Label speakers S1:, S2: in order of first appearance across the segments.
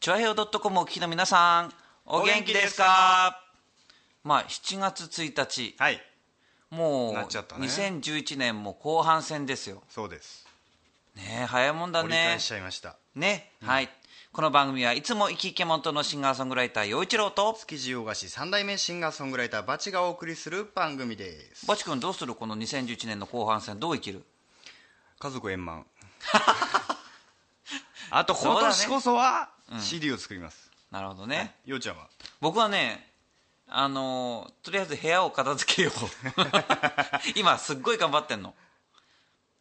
S1: チョアヘオ .com をお聞きの皆さん、お元気ですかまあ、7月1日、
S2: はい
S1: もう、
S2: なっちゃったね
S1: 2011年も後半戦ですよ。
S2: そうです
S1: ねえ早いもんだ
S2: 折り
S1: ね
S2: 返し。ちゃいました
S1: ね、はい。この番組はいつも生き生きもんとのシンガーソングライター、陽一郎と、
S2: 築地大菓子三代目シンガーソングライターバチがお送りする番組です
S1: バチ君どうするこの2011年の後半戦、どう生きる
S2: 家族円満あと今
S1: そうだ
S2: 年
S1: ね
S2: こそは CD を作ります、
S1: なるほどね。
S2: ようちゃんは
S1: 僕はねあのーとりあえず部屋を片付け よう今すっごい頑張ってんの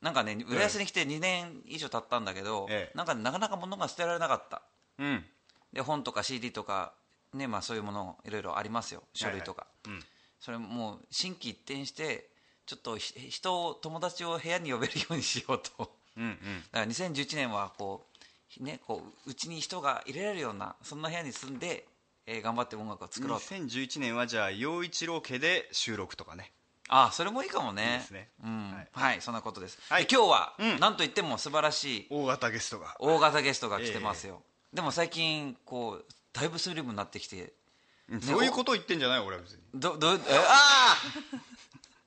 S1: なんかね浦安に来て2年以上経ったんだけど、
S2: ええ
S1: なんかねなかなか物が捨てられなかった
S2: うん
S1: で本とか CD とかねまあそういうものいろいろありますよ書類とか、
S2: はいはいうん
S1: それもう心機一転してちょっとひ人を友達を部屋に呼べるようにしようと
S2: うんうん
S1: だから2011年はこうねこううちに人が入れられるようなそんな部屋に住んで、えー頑張って音楽を作ろうと
S2: 2011年はじゃあ陽一郎家で収録とかね
S1: あそれもいいかもね
S2: いいですね
S1: うんは
S2: はいい、
S1: そんなことです、
S2: はい
S1: で今日は、
S2: うん
S1: なんといっても素晴らしい
S2: 大型ゲストが
S1: 大型ゲストが来てますよ、でも最近こうだいぶスリムになってきて
S2: うんそういうことを言ってんじゃないよ俺は別に
S1: どどえああ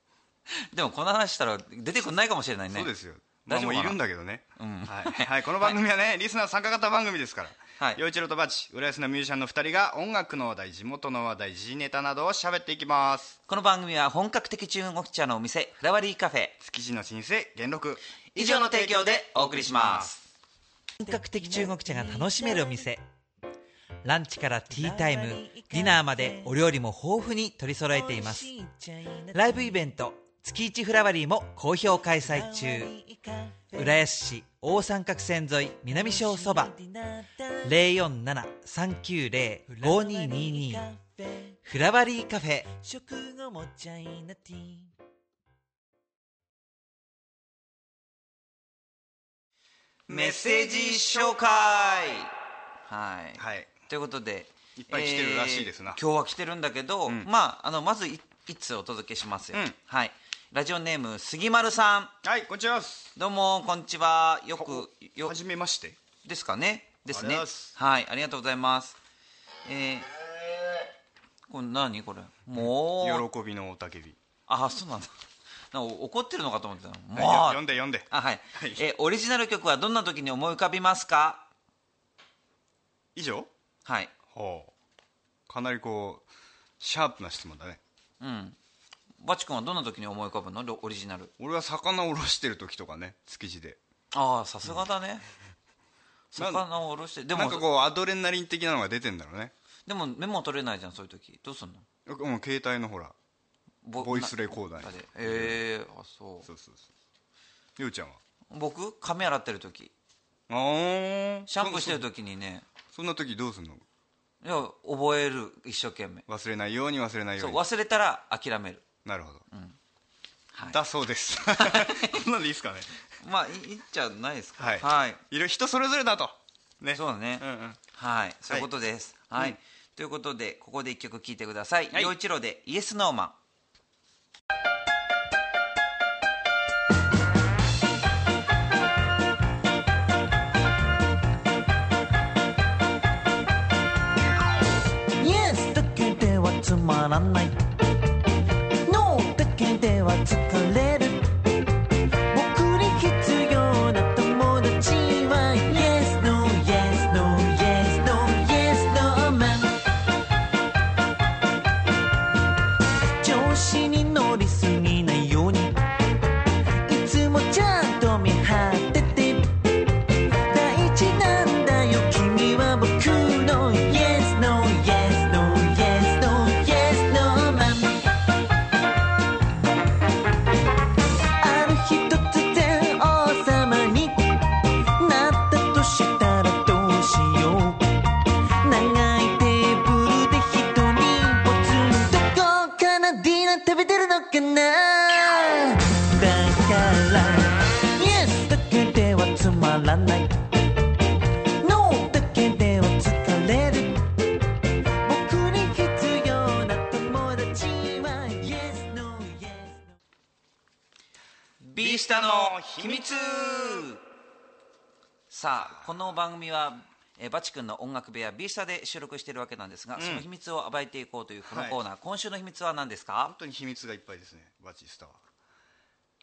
S1: でもこの話したら出てくんないかもしれないね
S2: そうですよま
S1: 大
S2: あ
S1: 丈夫
S2: も
S1: かない
S2: うるんだけどね
S1: うん
S2: はいはいこの番組はねリスナー参加型番組ですから
S1: はい
S2: 陽一郎とバチ浦安のミュージシャンの2人が音楽の話題地元の話題時事ネタなどを喋っていきます
S1: この番組は本格的中国茶のお店フラワリーカフェ
S2: 築地の老舗元禄
S1: 以上の提供でお送りします
S3: 本格的中国茶が楽しめるお店ランチからティータイムディナーまでお料理も豊富に取り揃えていますライブイベント月一フラワリーも好評開催中浦安市大三角線沿い南小そば047-390-5222フラワリーカフェ
S4: 食後もチャイナティー
S1: メッセージ紹介はい
S2: はい
S1: ということで
S2: いっぱい来てるらしいですな
S1: えー今日は来てるんだけど、
S2: ん
S1: まああのまず1通お届けしますよ、
S2: うん
S1: はいラジオネーム杉丸さん
S2: はいこんにちはっす
S1: どうもこんにちはよく
S2: こ
S1: よ
S2: はじめまして
S1: ですかねですね
S2: ありがとうございます
S1: はいありがとうございますえー、これ何これもう
S2: 喜びの雄たけび
S1: あそうなんだなんか怒ってるのかと思ってたのもう
S2: はい読んで読んで
S1: あはい、
S2: はい
S1: えーオリジナル曲はどんな時に思い浮かびますか
S2: 以上
S1: はい
S2: はあかなりこうシャープな質問だね
S1: うんバチ君はどんな時に思い浮かぶのロオリジナル
S2: 俺は魚おろしてる時とかね築地で
S1: ああさすがだね、
S2: なん
S1: 魚をおろしてで
S2: な
S1: も
S2: んかこうアドレナリン的なのが出てんだろうね
S1: でもメモ取れないじゃんそういう時どうすんの
S2: もう携帯のほら
S1: ボ
S2: ボイスレコーダ
S1: な
S2: ーに
S1: でえー、あそう
S2: そうそうそうりょうちゃんは
S1: 僕髪洗ってる時
S2: ああ
S1: シャンプーしてる時にね
S2: そんな時どうすんの
S1: いや覚える一生懸命
S2: 忘れないように忘れないよ
S1: そうう
S2: に
S1: 忘れたら諦める
S2: なるほど、
S1: はい
S2: だそうです こんなんでいいですかね
S1: まあいいいいんじゃないですか
S2: はいいろいろ人それぞれだとね
S1: そうだね、
S2: うんうん
S1: はいそういうことですはい、
S2: うん
S1: ということでここで一曲聴いてください
S2: はい
S1: 陽、一郎で「イエスノーマン」
S4: イエスだけではつまらないノーだけでは疲れる僕に必要な友達は Yes no yes no yes no yes no man 調子に乗りすぎないようにいつもちゃんと見張ってて大事なんだよ君は僕の Yes no yes no yes no yes no man ある日突然王様になったとしたらどうしよう長いテーブルで一人ぼつんどこからディナー食べてるのかなだからイエスだけではつまらないノーだけでは疲れる僕に必要な友達は Yes no yes no
S1: ビースタの秘密さあこの番組はえーバチ君の音楽部屋 B スタで収録しているわけなんですが、その秘密を暴いていこうというこのコーナー、今週の秘密は何です
S2: 本
S1: か
S2: 当に秘密がいっぱいですねバチスタは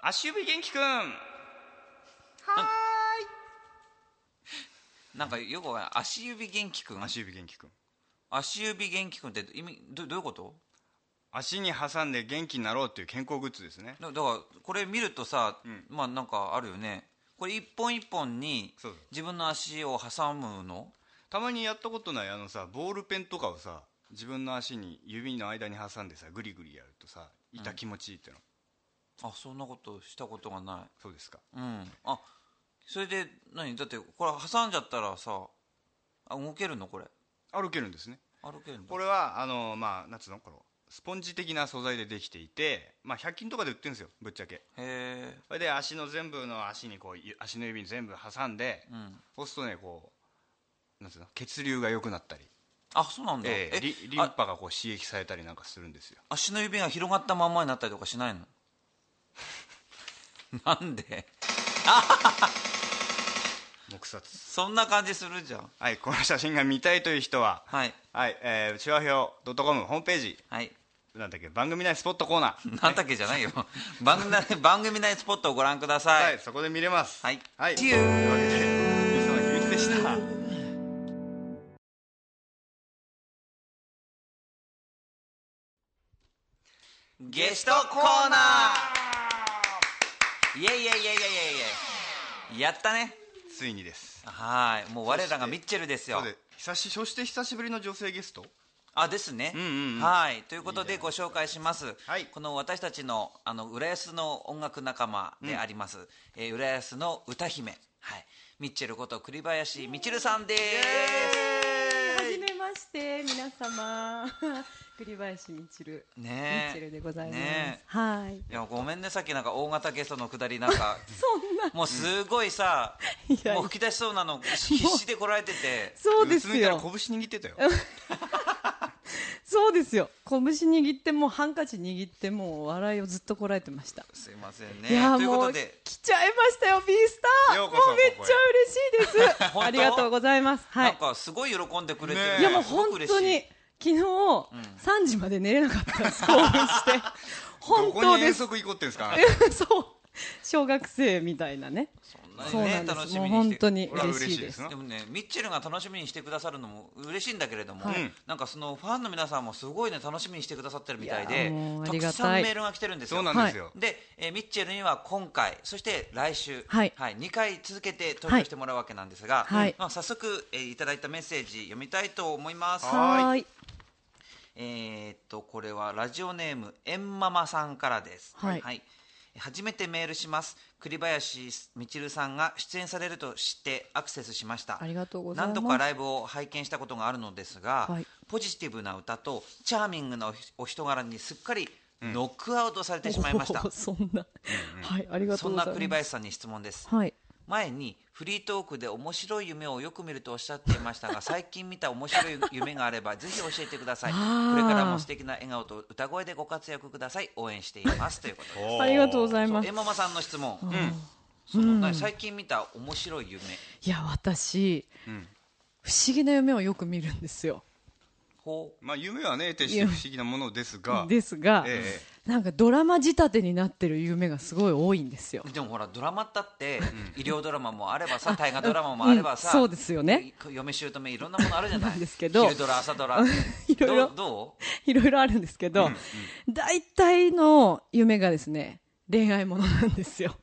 S2: 足指元気くんは
S1: なんかよくわかんない足指元気くん
S2: ーい足指元気くん
S1: 足指元気くんって意味どどういうこと
S2: 足に挟んで元気になろうっていう健康グッズですね
S1: だだからこれ見るとさ、
S2: ん
S1: まあなんかあるよねこれ一本一本に
S2: そうそう
S1: 自分の足を挟むの
S2: たまにやったことないあのさボールペンとかをさ自分の足に指の間に挟んでさグリグリやるとさ痛気持ちいいっての、
S1: あそんなことしたことがな
S2: そうですか
S1: いうんあそれで何だってこれ挟んじゃったらさあ動けるのこれ
S2: 歩けるんですね
S1: 歩けるんだ
S2: これはあのまあなんつうのこのスポンジ的な素材でできていて、まあ、100均とかで売ってるんですよぶっちゃけ
S1: へえ
S2: それで足の全部の足にこうゆ足の指に全部挟んで、
S1: ん
S2: そうするとねこうなんつうの血流が良くなったり、
S1: あそうなんだ、
S2: ええリリン
S1: あ
S2: パがこう刺激されたりなんかするんですよ
S1: 足の指が広がったまんまになったりとかし ないのなんで
S2: 黙殺
S1: そんな感じするじゃん
S2: はいこの写真が見たいという人は
S1: はい
S2: はいえー、ちわひょう .com ホームページ
S1: はい
S2: なんだっけ番組内スポットコーナ ー
S1: なんだっけじゃないよ番組内番組内スポットをご覧ください、
S2: はいそこで見れます
S1: はい
S2: はい、というわけでミスの秘密でした
S1: ゲストコーナーイエイエイエイエイエイエイやったね
S2: ついにです
S1: はいもう我らがミッチェルですよ
S2: そうで久しそして久しぶりの女性ゲスト
S1: あですね、
S2: うんうんうん
S1: はいということでご紹介します
S2: はい
S1: この私たちのあの浦安の音楽仲間であります、えー浦安の歌姫、はい、ミッチェルこと栗林みちるさんです
S5: はじめまして皆様 栗林みちる
S1: ねえ
S5: みちるでございます、
S1: ねえ
S5: はい
S1: いやごめんねさっきなんか大型ゲストのくだりなんか
S5: そんな
S1: もうすごいさ、
S5: いやいや
S1: もう吹き出しそうなの必死でこらえてて
S5: そうです
S2: うつむいたら
S5: よ
S2: 拳握ってたよ
S5: そうですよ拳握ってもうハンカチ握ってもう笑いをずっとこらえてました、
S1: すいません
S5: いや
S1: ねというこ
S5: も
S1: と
S5: う
S1: で
S5: 来ちゃいましたよビースター
S2: ようこそ
S5: もうめっちゃ嬉しいです
S1: 本当
S5: ありがとうございますは
S1: なん
S5: い
S1: かすごい喜んでくれてる、
S2: ねえ
S5: いやもう
S1: すご
S5: 本
S1: く嬉しい
S5: 当に昨日、3時まで寝れなかったんです興奮して
S2: ど
S5: 本
S2: こ
S5: 当
S2: に
S5: で
S2: 遠
S5: す
S2: 足行こうってんですか
S5: そう小学生みたいなね
S1: そ
S5: そ
S1: ん
S5: う
S1: なにね
S5: なんで
S1: 楽
S5: す
S1: し
S5: もう
S1: みにし
S5: 本
S1: て
S5: 当に
S2: これは
S5: 嬉しいです
S2: な
S1: でもねミッチェルが楽しみにしてくださるのも嬉しいんだけれども、
S5: はい
S1: なんかそのファンの皆さんもすごいね楽しみにしてくださってるみたい
S5: い
S1: で
S5: やもうあ
S1: た
S5: り
S1: く
S5: がたい
S1: さんメールが来てるんですよ
S2: そうなんですよ、
S1: で、えーミッチェルには今回そして来週、
S5: はい
S1: 2回続けて投票してもらうわけなんですが、
S5: はい
S1: まあ、早速、えーいただいたメッセージ読みたいと思います、
S2: はーい
S5: はーい
S1: えーっとこれはラジオネームえんママさんからです
S5: はい
S1: 初めてメールします栗林みちるさんが出演されると知ってアクセスしました
S5: ありがとうございます
S1: 何度かライブを拝見したことがあるのですが、
S5: はい
S1: ポジティブな歌とチャーミングなお人柄にすっかりノックアウトされてしまいました、
S5: おーそんな、はい、ありがと
S1: そう
S5: ご
S1: んな
S5: ざ
S1: い
S5: ます。
S1: 栗林さんに質問です
S5: はい、
S1: 前にフリートークで面白い夢をよく見るとおっしゃっていましたが最近見た面白い夢があればぜひ教えてください
S5: あ
S1: こ
S5: ー
S1: れからも素敵な笑顔と歌声でご活躍ください応援していますということで
S5: ありがとうご
S2: い
S5: ざい
S1: そ
S5: ま
S1: う
S5: す
S1: え。ママさんの質問、その何最近見た面白い夢
S5: いや、私、不思議な夢をよく見るんですよ。
S1: ほ
S2: まあ夢はね得てして不思議なものですが
S5: ですが、
S2: え
S5: なんかドラマ仕立てになってる夢がすごい多いんですよ
S1: う。でもほらドラマだって医療ドラマもあればさ大河ドラマもあればさ、
S5: うんそうですよね
S1: 嫁姑いろんなものあるじゃない
S5: なんですけど
S1: 昼ドラ朝ドラ
S5: いろいろ
S1: どうど
S5: いろいろあるんですけど、大体の夢がですね、恋愛ものなんですよ。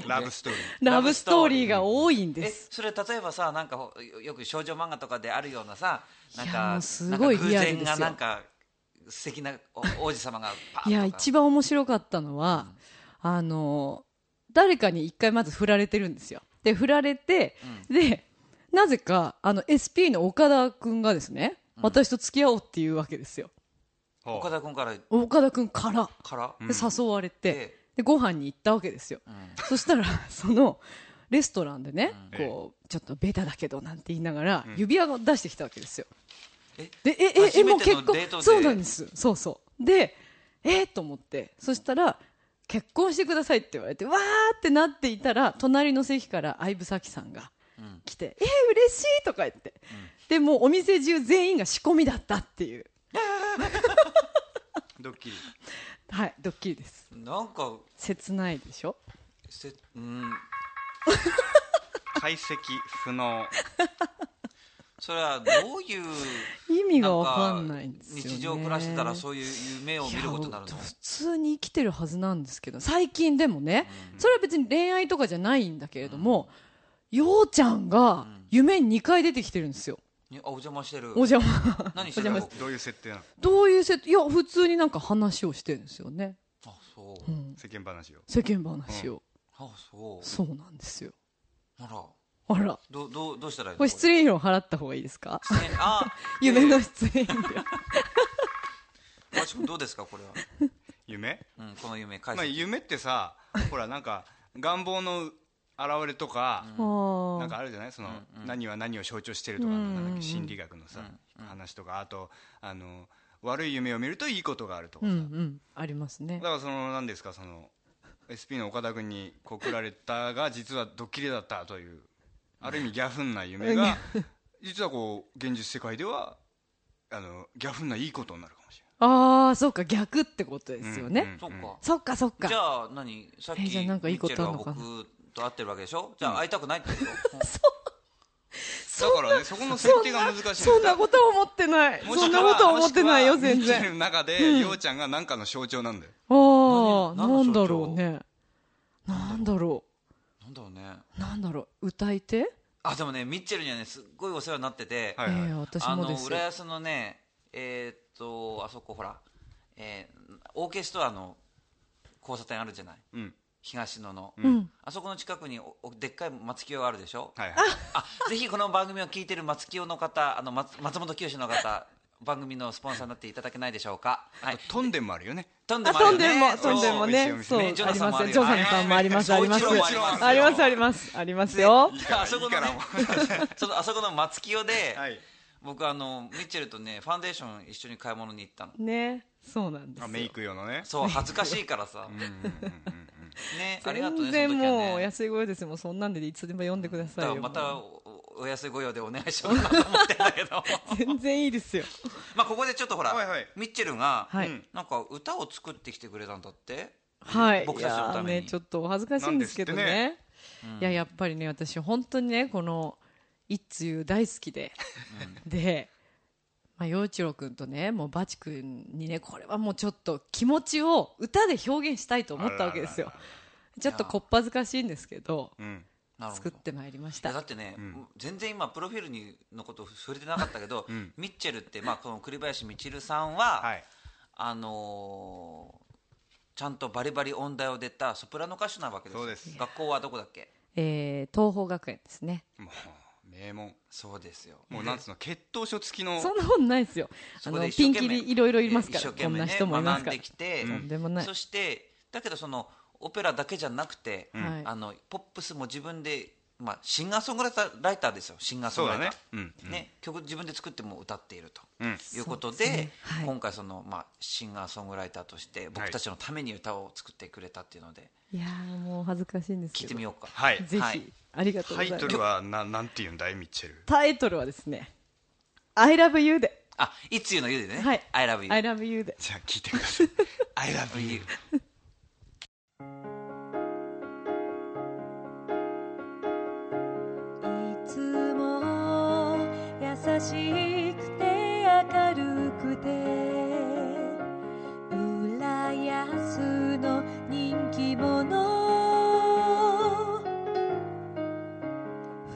S2: えラブストーリー
S5: ラブストーリーが多いん
S1: う
S5: で
S1: え
S5: す。
S1: それ例えばさなんかほよよく少女漫画とかであるようなさなん
S5: いやも
S1: か
S5: うすごいリアルですよ
S1: なんか偶然がなんか素敵なお王子様がパーッと
S5: いや、
S1: か
S5: 一番面白かったのは、あの、誰かに一回まず振られてるんですよ。で、振られて、で、なぜか、あの、SP の岡田くんがですね、私と付き合おうっていうわけですよ。
S2: ほう
S1: 岡田君から
S5: 岡田くんから、
S1: から、
S5: で誘われて
S1: え、
S5: で、ご飯に行ったわけですよ。そしたら、その、レストランでね、
S2: うん
S5: こう、ちょっとベタだけどなんて言いながら、指輪を出してきたわけですよ。
S1: え
S5: で、え、え、え、
S1: 初め
S5: もう
S1: ての
S5: 結
S1: デートで
S5: 婚、そうなんです。そうそう。で、えーと思って、そしたら、結婚してくださいって言われて、わーってなっていたら、隣の席から相武咲さんが、来て「えー、嬉しい!」とか言って、でもうお店中全員が仕込みだったっていう
S2: ドッキリ
S5: はいドッキリです
S1: なんか
S5: 切ないでしょ
S1: せうん
S2: 解析不能
S1: それはどういう
S5: 意味が分か
S1: なんん
S5: な
S1: か
S5: いんですよね
S1: 日常暮らしてたらそういう夢を見ることになる
S5: いや
S1: の
S5: 普通に生きてるはずなんですけど最近でもね、それは別に恋愛とかじゃないんだけれども、ようちゃんが夢に2回出てきてるんですよ、
S1: あお邪魔してる
S5: お邪魔
S1: 何してるの
S5: お
S1: あ
S5: 邪
S2: どういう設定なの
S5: どういうせいや普通になんか話をしてるんですよね
S1: そう、
S2: 世間話を
S5: 世間話を、
S1: あそう
S5: そうなんですよ
S1: あら
S5: あら
S1: どどどうしたらいいの
S5: これ失礼料払った方がいいですか
S1: これあ
S5: 夢の
S1: え
S5: 出演 料
S1: えマチ君どうですかこれは、
S2: 夢
S1: うん、この夢解
S2: まあ
S1: 析、
S2: 夢ってさほらなんか願望の現れとか、
S5: あ
S2: なん
S5: あ
S2: かあるじゃないその、
S1: うんうん
S2: 何は何を象徴してるとか、
S5: うんうんうん
S2: なんだっけ心理学のさ、
S1: うんうん
S2: 話とかあとあの悪い夢を見るといいことがあるとか
S5: うん
S2: さ、
S5: うんありますね
S2: だからその何ですかその SP の岡田君に告られたが実はドッキリだったというある意味ギャフンな夢 が実はこう現実世界ではあのギャフンないいことになるかもし
S5: ああそっか逆ってことで
S2: れない
S5: すよね、
S2: うんうん
S1: そうか
S5: そっかそっか
S1: じゃあ何さっき
S5: えじゃあなんかいいことあんのかな
S1: ミッチェルは僕と会ってるわけでしょじゃあ会いたくないってこと、
S2: だからねそこの設定が難しいんです
S5: そんなことは思ってない
S2: も
S5: そ
S2: し
S5: ん
S2: く
S5: な
S2: は
S5: ことは思ってないよ
S2: もしくは
S5: 全
S2: 見て
S5: 然
S2: る中でようちゃんが何かの象徴なんだよ
S5: ああ
S1: 何
S5: な
S1: の
S5: ん
S1: 象徴
S5: だろうねなんだろ
S1: なんだろうね
S5: うなんだろう歌い手
S1: あでもねミッチェルにはねすっごいお世話になってて、
S2: はい
S5: え
S2: はい
S5: え私もで
S1: あの
S5: す
S1: 浦安のねえーっとあそこほら、えー、オーケストラの交差点あるじゃない
S2: うん
S1: 東野の、
S5: うん
S1: あそこの近くにおおでっかい松清があるでしょ、
S2: はいはい
S1: あぜひこの番組を聞いてる松清の方あの松松本清の方番組のスポンサーになっていただけないでしょうか、はい、
S2: トンデンもあるよね
S1: とんで
S5: あ
S1: もある
S5: と
S1: よ
S5: んで
S1: ね
S5: もとんでもね
S2: そ
S5: そうう
S1: 美
S5: あ
S1: 味しいお店ね
S5: りますよ
S1: ジ
S5: ジ
S1: ョ
S5: ョ
S1: ーさんも
S5: ーさんさんも
S1: あ
S5: あ
S1: り
S5: り
S1: ま
S5: ますす
S1: よ
S5: あります
S1: もちろんありますよ
S5: ありますありますありますよ
S2: いいから
S1: あそこのね
S2: いい からも
S1: そのあそこの松清で、
S2: うはい
S1: 僕あのミッチェルとねファンデーション一緒に買い物に行ったの
S5: ねそうなんです
S2: あ
S5: よ
S2: メイク用のね
S1: そう恥ずかしいからさ
S2: うんうんうんうん
S1: ねありがとうね
S5: 全然
S1: その時はね
S5: もうお安い声ですよもうそんなんでいつでも読んでくださ
S1: だか
S5: い
S1: ら
S5: よ
S1: またおおお安いご用でお願いしようかなと思ってんだけど
S5: 全然いいですよ
S1: まあここでちょっとほら、
S2: はいはい
S1: ミッチェルが、
S5: はい
S1: うんなんか歌を作ってきてくれたんだって
S5: はい、
S1: 僕たちのために
S5: いやーね、ちょっとお恥ずかしいんですけどね
S2: なん
S5: いややっぱりね私本当にねこの一通大好きで、 で、まあ、陽一郎君とねもうバチ君にねこれはもうちょっと気持ちを歌で表現したいと思ったわけですよ
S2: あら
S5: ちょっとこっぱずかしいんですけど
S2: うんうん
S1: なるほど
S5: 作ってまいりまし
S1: いやだっ
S5: た
S1: てね、
S2: ん
S1: 全然今プロフィールにのこと触れてなかったけど、
S2: ん
S1: ミッチェルって、まあ、この栗林みちるさんは、
S2: はい
S1: あのーちゃんとバリバリ音大を出たソプラノ歌手なわけですよ
S2: そうです
S1: 学校はどこだっけ
S5: えー、東邦学園ですね
S2: もう名門
S1: そうですよ
S2: もうなんつうの血統書付きの
S5: そんなことないですよあ
S1: そこ
S5: の
S1: で一
S5: ピ
S1: 生
S5: ン
S1: 懸
S5: キ
S1: 命
S5: リいろいろいますか
S1: 一生
S5: ら
S1: 懸
S5: こん
S1: 命
S5: な
S1: ね
S5: 人もいま
S1: 学
S5: すか
S1: ん
S5: ら
S1: できて、
S5: とんでもない
S1: そしてだけどそのオペラだけじゃなくて、
S5: はい
S1: あのポップスも自分で、まあ、シンガーソングライターライターですよシンガーソ
S2: そ
S1: ン
S2: う
S1: グラ
S2: だ
S1: イター
S2: ねうん
S1: ね、曲自分で作っても歌っていると、
S2: うん
S1: いうこと
S5: そう
S1: で
S5: ですねはい
S1: 今回その、まあ、シンガーソングライターとして僕たちのために歌を作ってくれたっていうので
S5: いやーもう恥ずかしいんです
S1: 聞
S5: け
S1: いて
S5: ど
S1: みようか、
S2: はい
S5: ぜひ、
S1: はい
S5: ありがとう
S2: タ
S5: ござい
S2: イ
S5: ます
S2: トルはななんて言うんだいミッチェル
S5: タイトルはですね「ILOVEYOU」で
S1: あいつゆのゆでね、
S5: はい
S1: I
S5: 「
S1: love you
S5: ILOVEYOU」で
S2: じゃあ聞いてくだ さい I love you
S4: いつも優しくて明るくて浦安の人気者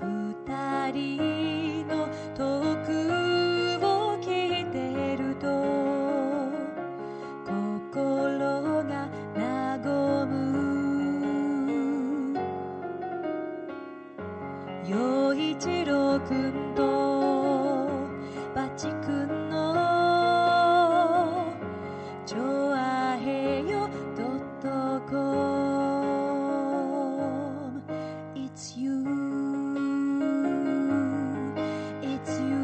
S4: 二人のトークを聞いてると心が和む陽一郎くんとバチくんのちょあへよ .com It's you It's you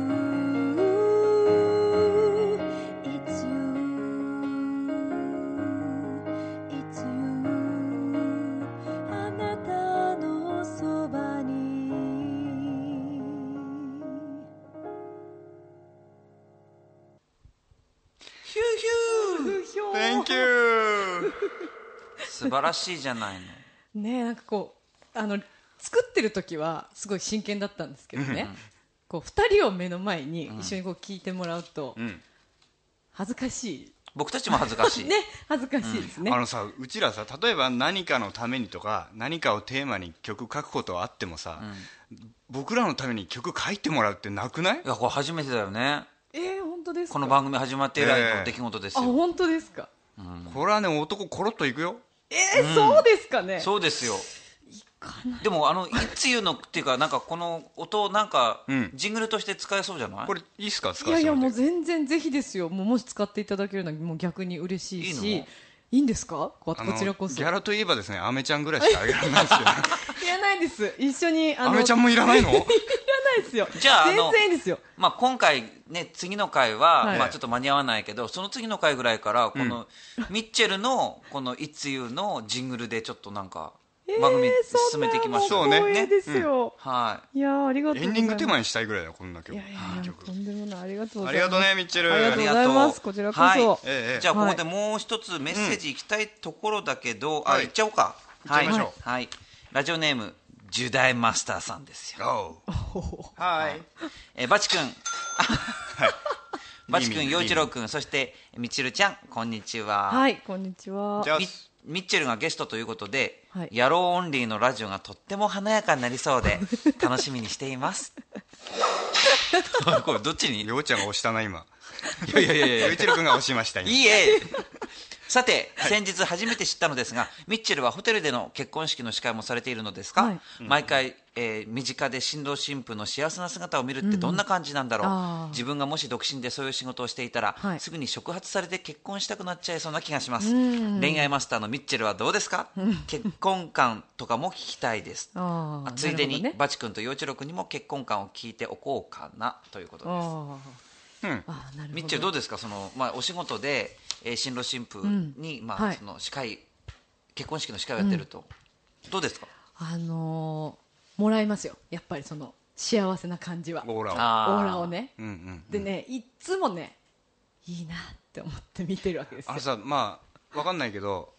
S4: It's you It's you あなたのそばに
S1: 素晴らしいじゃないの
S5: ねえなんかこうあの作ってる時はすごい真剣だったんですけどね、こう2人を目の前に一緒にこう聞いてもらうと
S2: うん
S5: 恥ずかし
S1: 僕たちも恥ずかし
S5: い、
S1: い、
S5: ね恥ずかしいですね、
S2: あのさうちらさ例えば何かのためにとか何かをテーマに曲書くことはあってもさ、僕らのために曲書いてもらうってなくない
S1: いやこれ初めてだよね
S5: えー、本当ですか
S1: この番組始まって以来の出来事です
S5: あ
S1: よ、
S5: 本当ですか
S2: これはね男コロッといくよ
S5: えーそうですかね
S1: そうですよでもあのいつ言うのっていうかなんかこの音なんか
S2: うん
S1: ジングルとして使えそうじゃない、
S2: これいいっすか使
S5: い
S2: わ
S5: や
S2: せ
S5: い
S2: て
S5: や
S2: も
S5: も
S2: らっ
S5: う
S2: て
S5: 全然ぜひですよもうもし使っていただけるのはもう逆に嬉しいし
S1: いい
S5: い
S1: の
S5: いんですかこ
S2: あ
S5: こ
S2: の
S5: ちらこそ
S2: ギャラといえば ですねアメちゃんぐらいしかあげられないんですけど
S5: いらないです一緒にあ
S2: アメちゃんもいらない の
S5: いらないですよ
S1: じゃああの
S5: 全然いいですよ
S1: まあ、今回ね次の回は、
S5: はい
S1: まあ、ちょっと間に合わないけどその次の回ぐらいからこの、ミッチェルのこの「いつ言う」のジングルでちょっとなん か番組進めていきましょう、
S5: えーそんなも
S2: そうう
S5: 光
S2: ね
S5: 栄ですよ、
S1: はい
S5: やーありがとう
S2: エン
S5: ございます
S2: ディングテーマにしたいぐらいだよこんな曲
S5: いやいやいやとんでもないありがとうご
S2: あ
S5: ざい
S2: り
S5: ま
S2: がと
S5: す
S2: うねミッチェル
S5: ありが
S1: い
S5: とう
S1: ありが
S5: ござい
S1: とう
S5: ますこちらこそ
S1: はい
S2: ええええ
S1: じゃあここでもう一つメッセージいきたいところだけど、あ
S2: はい
S1: 行っちゃおうか
S2: 行っちゃいましょう
S1: はいはいラジオネームジュダイマスターさんですよ
S2: おうはい
S1: えーバチ君 バチ
S2: いい
S1: 君
S2: ね
S1: 陽一郎君そしてみちるちゃんこんにちは、
S5: はいこんにちは
S2: じゃあ
S1: ミミッチェルがゲストということで、
S5: はい
S1: 野郎オンリーのラジオがとっても華やかになりそうで楽しみにしています これどっちに
S2: ようちゃんが押した な今
S1: いやいやいやいや
S2: よういちろくんが押しました今
S1: いい えさて、先日初めて知ったのですがミッチェルはホテルでの結婚式の司会もされているのですが、
S5: はい
S1: 毎回、えー身近で新郎新婦の幸せな姿を見るってどんな感じなんだろう、
S5: あー
S1: 自分がもし独身でそういう仕事をしていたら、
S5: はい
S1: すぐに触発されて結婚したくなっちゃいそうな気がします恋愛マスターのミッチェルはどうですか結婚観とかも聞きたいです
S5: あー
S1: あついでに、
S5: なるほどね
S1: バチ君と陽一郎君にも結婚観を聞いておこうかなということです
S5: あー、
S2: うん
S5: あーなるほど
S1: ミッチェルどうですかその、まあ、お仕事で、えー新郎新婦に、まあ
S5: はい
S1: その司会結婚式の司会をやってると、どうですか
S5: あのーもらいますよやっぱりその幸せな感じはオ
S2: オーラを
S1: あー
S5: ーラをね
S2: うんうん
S5: でねいっつもねいいなって思って見てるわけです
S2: あ
S5: よ
S2: のさまあわかんないけど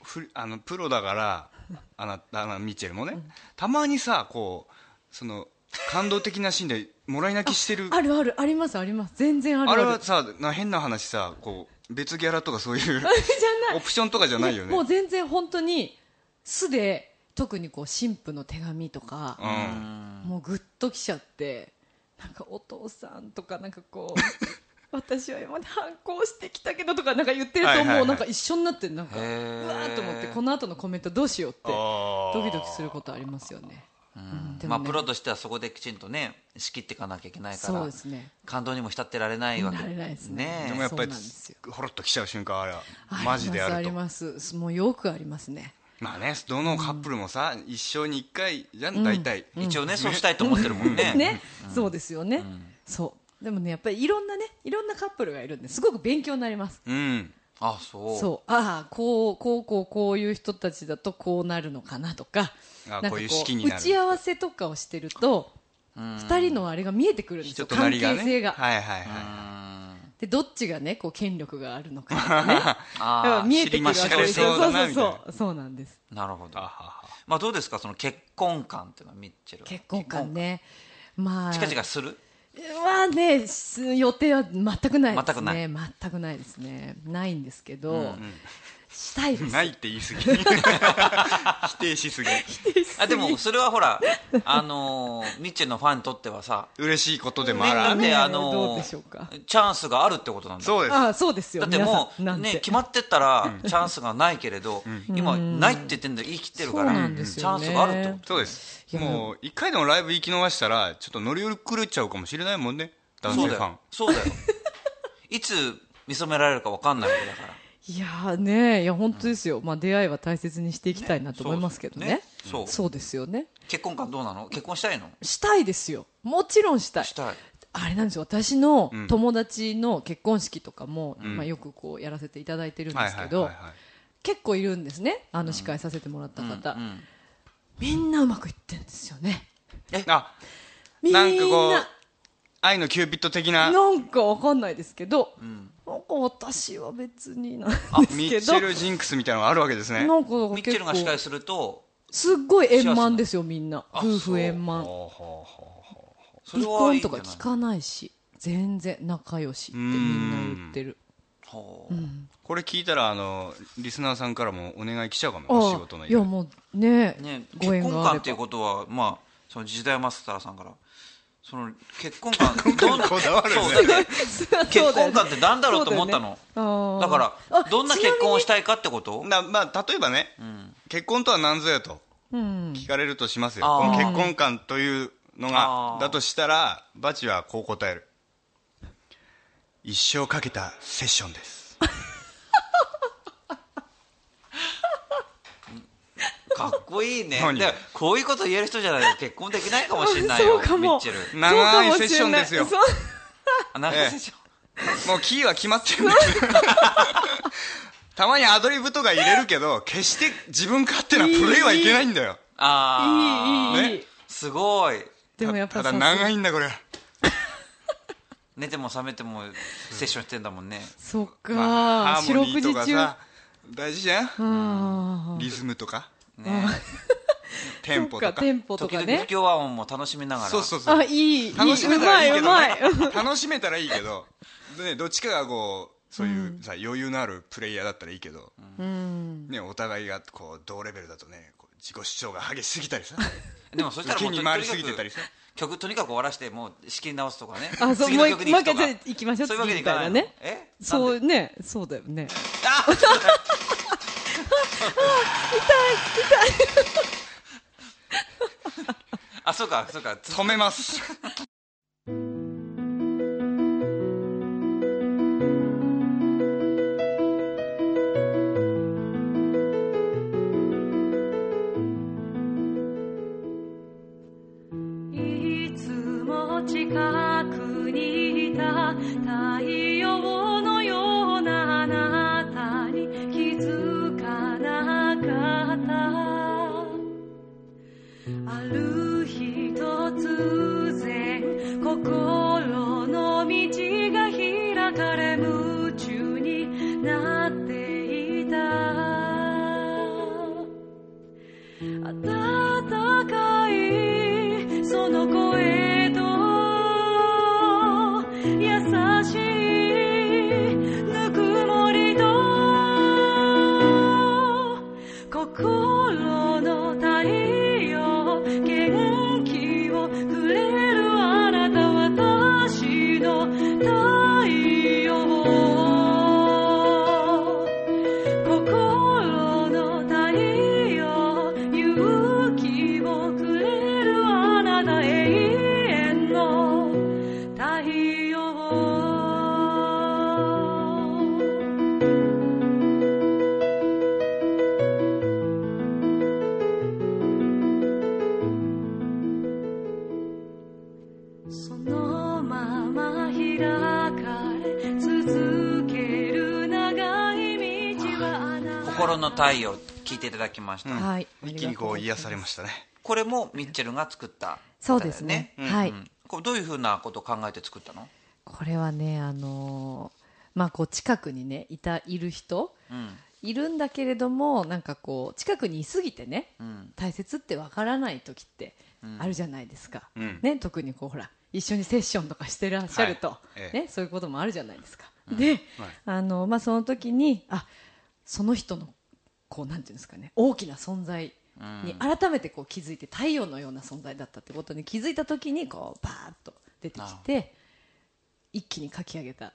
S2: ふあのプロだからあなたあのミッチェルもね、たまにさこうその感動的なシーンでもらい泣きしてる
S5: あるあるありますあります全然ある
S2: あ
S5: ある
S2: れはさな変な話さこう別ギャラとかそういう
S5: じゃ
S2: オプションとかじゃ
S5: な
S2: ないいよね
S5: もう全然本当に素で特にこう神父の手紙とか、
S2: うん
S5: もうグッときちゃってなんかお父さんとかなんか こう私は今まで反抗してきたけどとかなんか言ってると
S2: はいはいはい
S5: もうなんか一緒になってなんかう
S1: へ
S5: わ
S1: ー
S5: ーと思ってこの後のコメントどうしようって
S2: あー
S5: ドキドキすることありますよね。うんで
S1: ま
S5: も
S1: あ、
S5: ね
S1: プロとしてはそこできちんとね仕切っていかなきゃいけないか
S5: そう
S1: ら
S5: ですね。
S1: 感動にも浸ってられないわけ
S5: なれないですね
S1: ねえ
S2: でもやっぱり
S5: そうなんですよ
S2: ほろっときちゃう瞬間あれはマジであ
S5: あ
S2: る
S5: り
S2: と
S5: ますあります。もうよくありますね。
S2: まあねどのカップルもさ、一生に一回じゃん大体、
S1: 一応ね、そうしたいと思ってるもんね
S5: ね、そうですよね。そう。でもねやっぱりいろんなねいろんなカップルがいるんですごく勉強になります。
S2: うん
S1: あそう
S5: そうああこうこうこうこういう人たちだとこうなるのかなとか
S2: あ
S5: なんか
S2: こ
S5: こ
S2: う
S5: う
S2: いう式になる
S5: 打ち合わせとかをしてると二人のあれが見えてくるんです
S2: 人
S5: よ、
S2: とな
S5: 関
S2: りが
S5: 係
S2: ね
S5: 性が、
S2: はいはいはい、
S5: でどっちがねこう権力がある のかとかね
S1: あー
S5: やっぱ見えてくるわけですよ
S2: 知りましがれそうだな
S5: そうそう
S2: みたい
S5: そうそうなんです
S1: なるほど
S2: あはは
S1: まあ、どうですかその結婚観っていうのはミッチェルは
S5: 結婚観ねまあ
S1: 近々する
S5: まあねす予定は全くないですね
S1: 全くない
S5: 全くないですねないんですけど、したいです
S2: ないっ て言い過ぎ否定しすぎ
S1: あでもそれはほらあのーミッチェルのファンにとってはさ
S2: 嬉しいことでも
S1: ね
S2: あ
S1: だ
S2: ら
S1: っ
S2: ぬ
S5: ね
S1: てあ
S5: ど
S1: の
S5: うでしょうか
S1: チャンスがあるってことなんだ
S2: そうです
S5: ああそうですよ
S1: だっても
S5: 皆
S1: う
S5: さんなん
S1: ね
S5: て
S1: 決まってったらチャンスがないけれど今ないって言ってんだよ言い切ってるから
S5: そうなん
S1: チ
S5: です
S1: ャ
S5: よ
S1: ン
S5: ね
S1: スがあるってこと
S2: そうです
S5: いや
S2: もう一回でもライブ行き逃したらちょっと乗り狂っちゃうかもしれないもんね男性
S1: そう
S2: フ
S1: だ
S2: ァン
S1: よそうだよいつ見初められるかわかんないわけだから
S5: いやーねいや本当ですよ、まあ、出会いは大切にしていきたいなと思いますけどね
S1: ねそう
S5: そうですよね
S1: 結婚観どうなの結婚したいの
S5: したいですよもちろんしたい
S1: したい
S5: あれなんですよ私の友達の結婚式とかも、まあ、よくこうやらせていただいてるんですけど、
S2: はいはいはいはい
S5: 結構いるんですねあの司会させてもらった方、みんなうまくいってんですよね
S2: あ
S5: みんな
S2: なんかこう愛のキューピッド的な
S5: なんかわかんないですけど、なんなんか私は別になん
S2: あ
S5: です
S2: ミ
S5: け
S2: ッチ
S5: ど
S2: ェル・ジンクスみたいなのがあるわけですね
S5: なんか
S1: ミッチェ
S5: 結
S1: ルが司
S5: 構
S1: 会すると
S5: すっごい円満ですよみんな
S1: あ
S5: 夫
S1: そう
S5: 婦円満
S2: ほうほうほうほ
S1: それ
S5: 離
S1: はいい
S5: 婚
S1: んじ
S5: と
S1: ゃ
S5: か
S1: ない
S5: 聞かないし全然仲良しってみんな言ってる
S1: ほ
S5: う
S1: うん
S2: うこれ聞いたらあのリスナーさんからもお願い来ちゃうかもお仕
S5: あ
S2: 事の
S5: いやもうね
S1: ね、
S5: ご
S1: 結
S5: 縁
S1: 婚
S5: があ
S1: 観
S5: れ
S1: っていう
S5: ば
S1: ことは、まあ、その時代マスターさんからその結婚観どんな
S2: こだわるね
S1: そうだよね
S5: そ
S1: 結
S5: うだ
S1: 婚
S5: よね
S1: 観って何だろうと思ったの
S5: あー
S1: だか
S5: あ
S1: らどんな
S5: ちみ
S1: 結
S5: に
S1: 婚をしたいかってこと
S2: なまあ例えばね、結婚とは何ぞやと
S5: うん
S2: 聞かれるとしますよ、
S1: あー
S2: この結婚観というの
S1: あ
S2: が
S1: ー
S2: だとしたらバチはこう答える一生かけたセッションです
S1: かっこいいね
S2: 何
S1: だからこういうこと言える人じゃないと結婚できないかもしれない
S5: そ
S1: よ
S5: うか
S1: ミッ
S5: も
S1: チェル
S2: 長いセッションですよ
S5: そうかもしれない
S1: あなんか
S2: ええ
S1: でしょ
S2: もうキーは決まってるんだけど たまにアドリブとか入れるけど決して自分勝手なプレーはいけないんだよ
S1: あ
S5: そう
S1: あ
S5: いいいいいい
S1: すごい
S5: でもやっぱ
S2: ただ長
S5: い
S2: いんだこれは
S1: 寝ても覚めてもセッションしてんだもんね
S5: そっ
S2: ま
S5: か
S2: あハー
S5: 四
S2: モ
S5: 六
S2: ニ
S5: 時
S2: ーとか
S5: 中
S2: さ大事じゃん
S5: あ
S2: リズムとか
S1: ね
S2: テンポと
S5: そっ
S2: か
S5: テンポと
S1: 時
S5: か
S1: 々不
S5: ね
S1: 協和音も楽しみながら
S2: そうそうそう
S5: あいい
S2: 楽しめたらいいけ
S5: うまいうまい
S2: ど、 ね、楽しめたらいいけど、ね、どっちかがこうそういうさ余裕のあるプレイヤーだったらいいけど、
S5: うん
S2: ね、お互いがこう同レベルだとねこう自己主張が激しすぎたりさ
S1: でもそした
S2: 受
S1: らも
S2: け
S1: う
S2: に
S1: と
S2: 回
S1: とに
S2: り
S1: か
S2: す
S1: く
S2: ぎてたりさ
S1: 曲とにかく終わらしてもう仕切り直すとかね
S5: あそう
S1: 次
S5: もう
S1: の
S5: 一
S1: 曲
S5: 回
S1: に
S5: もう
S1: 行
S5: 一
S1: くとか
S5: 回ちょっと行きましょう
S1: そういうわけにい
S5: 次み
S1: か
S5: た
S1: ないい
S5: な
S1: の
S5: ね
S1: え
S5: そ
S1: なん
S5: う
S1: で
S5: ねそうだよね
S1: ああそうかそうかつ
S2: 止めます
S6: いつも近くにいた太陽のようなあなたに気づかなかったある日突然心の道が開かれ夢中になっていた温かいその声と優しいぬくもりと心の太陽元気をくれるあなた私の太陽心の太陽勇気をくれるあなた永遠の太陽そのまま開かれ続ける長い道はあなた
S1: 心の太陽聞いていただきました、
S2: うん
S5: はい
S2: 一気にこ
S5: あ
S2: う
S5: りが
S2: 癒
S5: と
S2: されましたね
S1: これもミッチェルが作った
S5: そうですね
S1: 歌だよ
S5: はい
S1: うんこれどういうふうなことを考えて作ったの、
S5: これはねあのーまあこう近くにねいたいる人
S1: うん
S5: いるんだけれどもなんかこう近くにいすぎてね
S1: うん
S5: 大切ってわからない時って
S1: うん
S5: あるじゃないですか、
S2: うん
S5: ね、特にこうほら一緒にセッションとかしてらっしゃると、
S2: はいええ
S5: ね、そういうこともあるじゃないですか、で、あのまあ、その時にあその人のこうなんていうんですかね大きな存在に改めてこう気づいて太陽のような存在だったってことに気づいた時にこうパーッと出てきて一気に書き上げた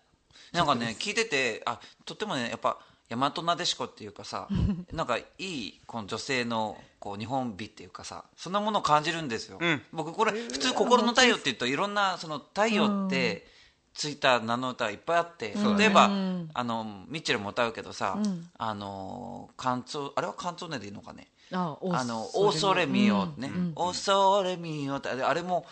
S1: なんかね聞いててあとってもねやっぱ大和なでしこっていうか さなんかいいこの女性のこう日本美っていうかさそんなものを感じるんですよ、
S2: うん
S1: 僕これ普通心の太陽って言うといろんなその太陽ってついた名の歌いっぱいあって、
S2: ん
S1: 例えば、
S5: うん
S1: あのミッチェルも歌うけどさ、
S5: うん
S1: あのカンツォあれはカンツォーネでいいのかね
S5: あ
S1: あの「オーソレミオ」ね
S5: うん
S1: 「オーソレミオ」ってあれあれも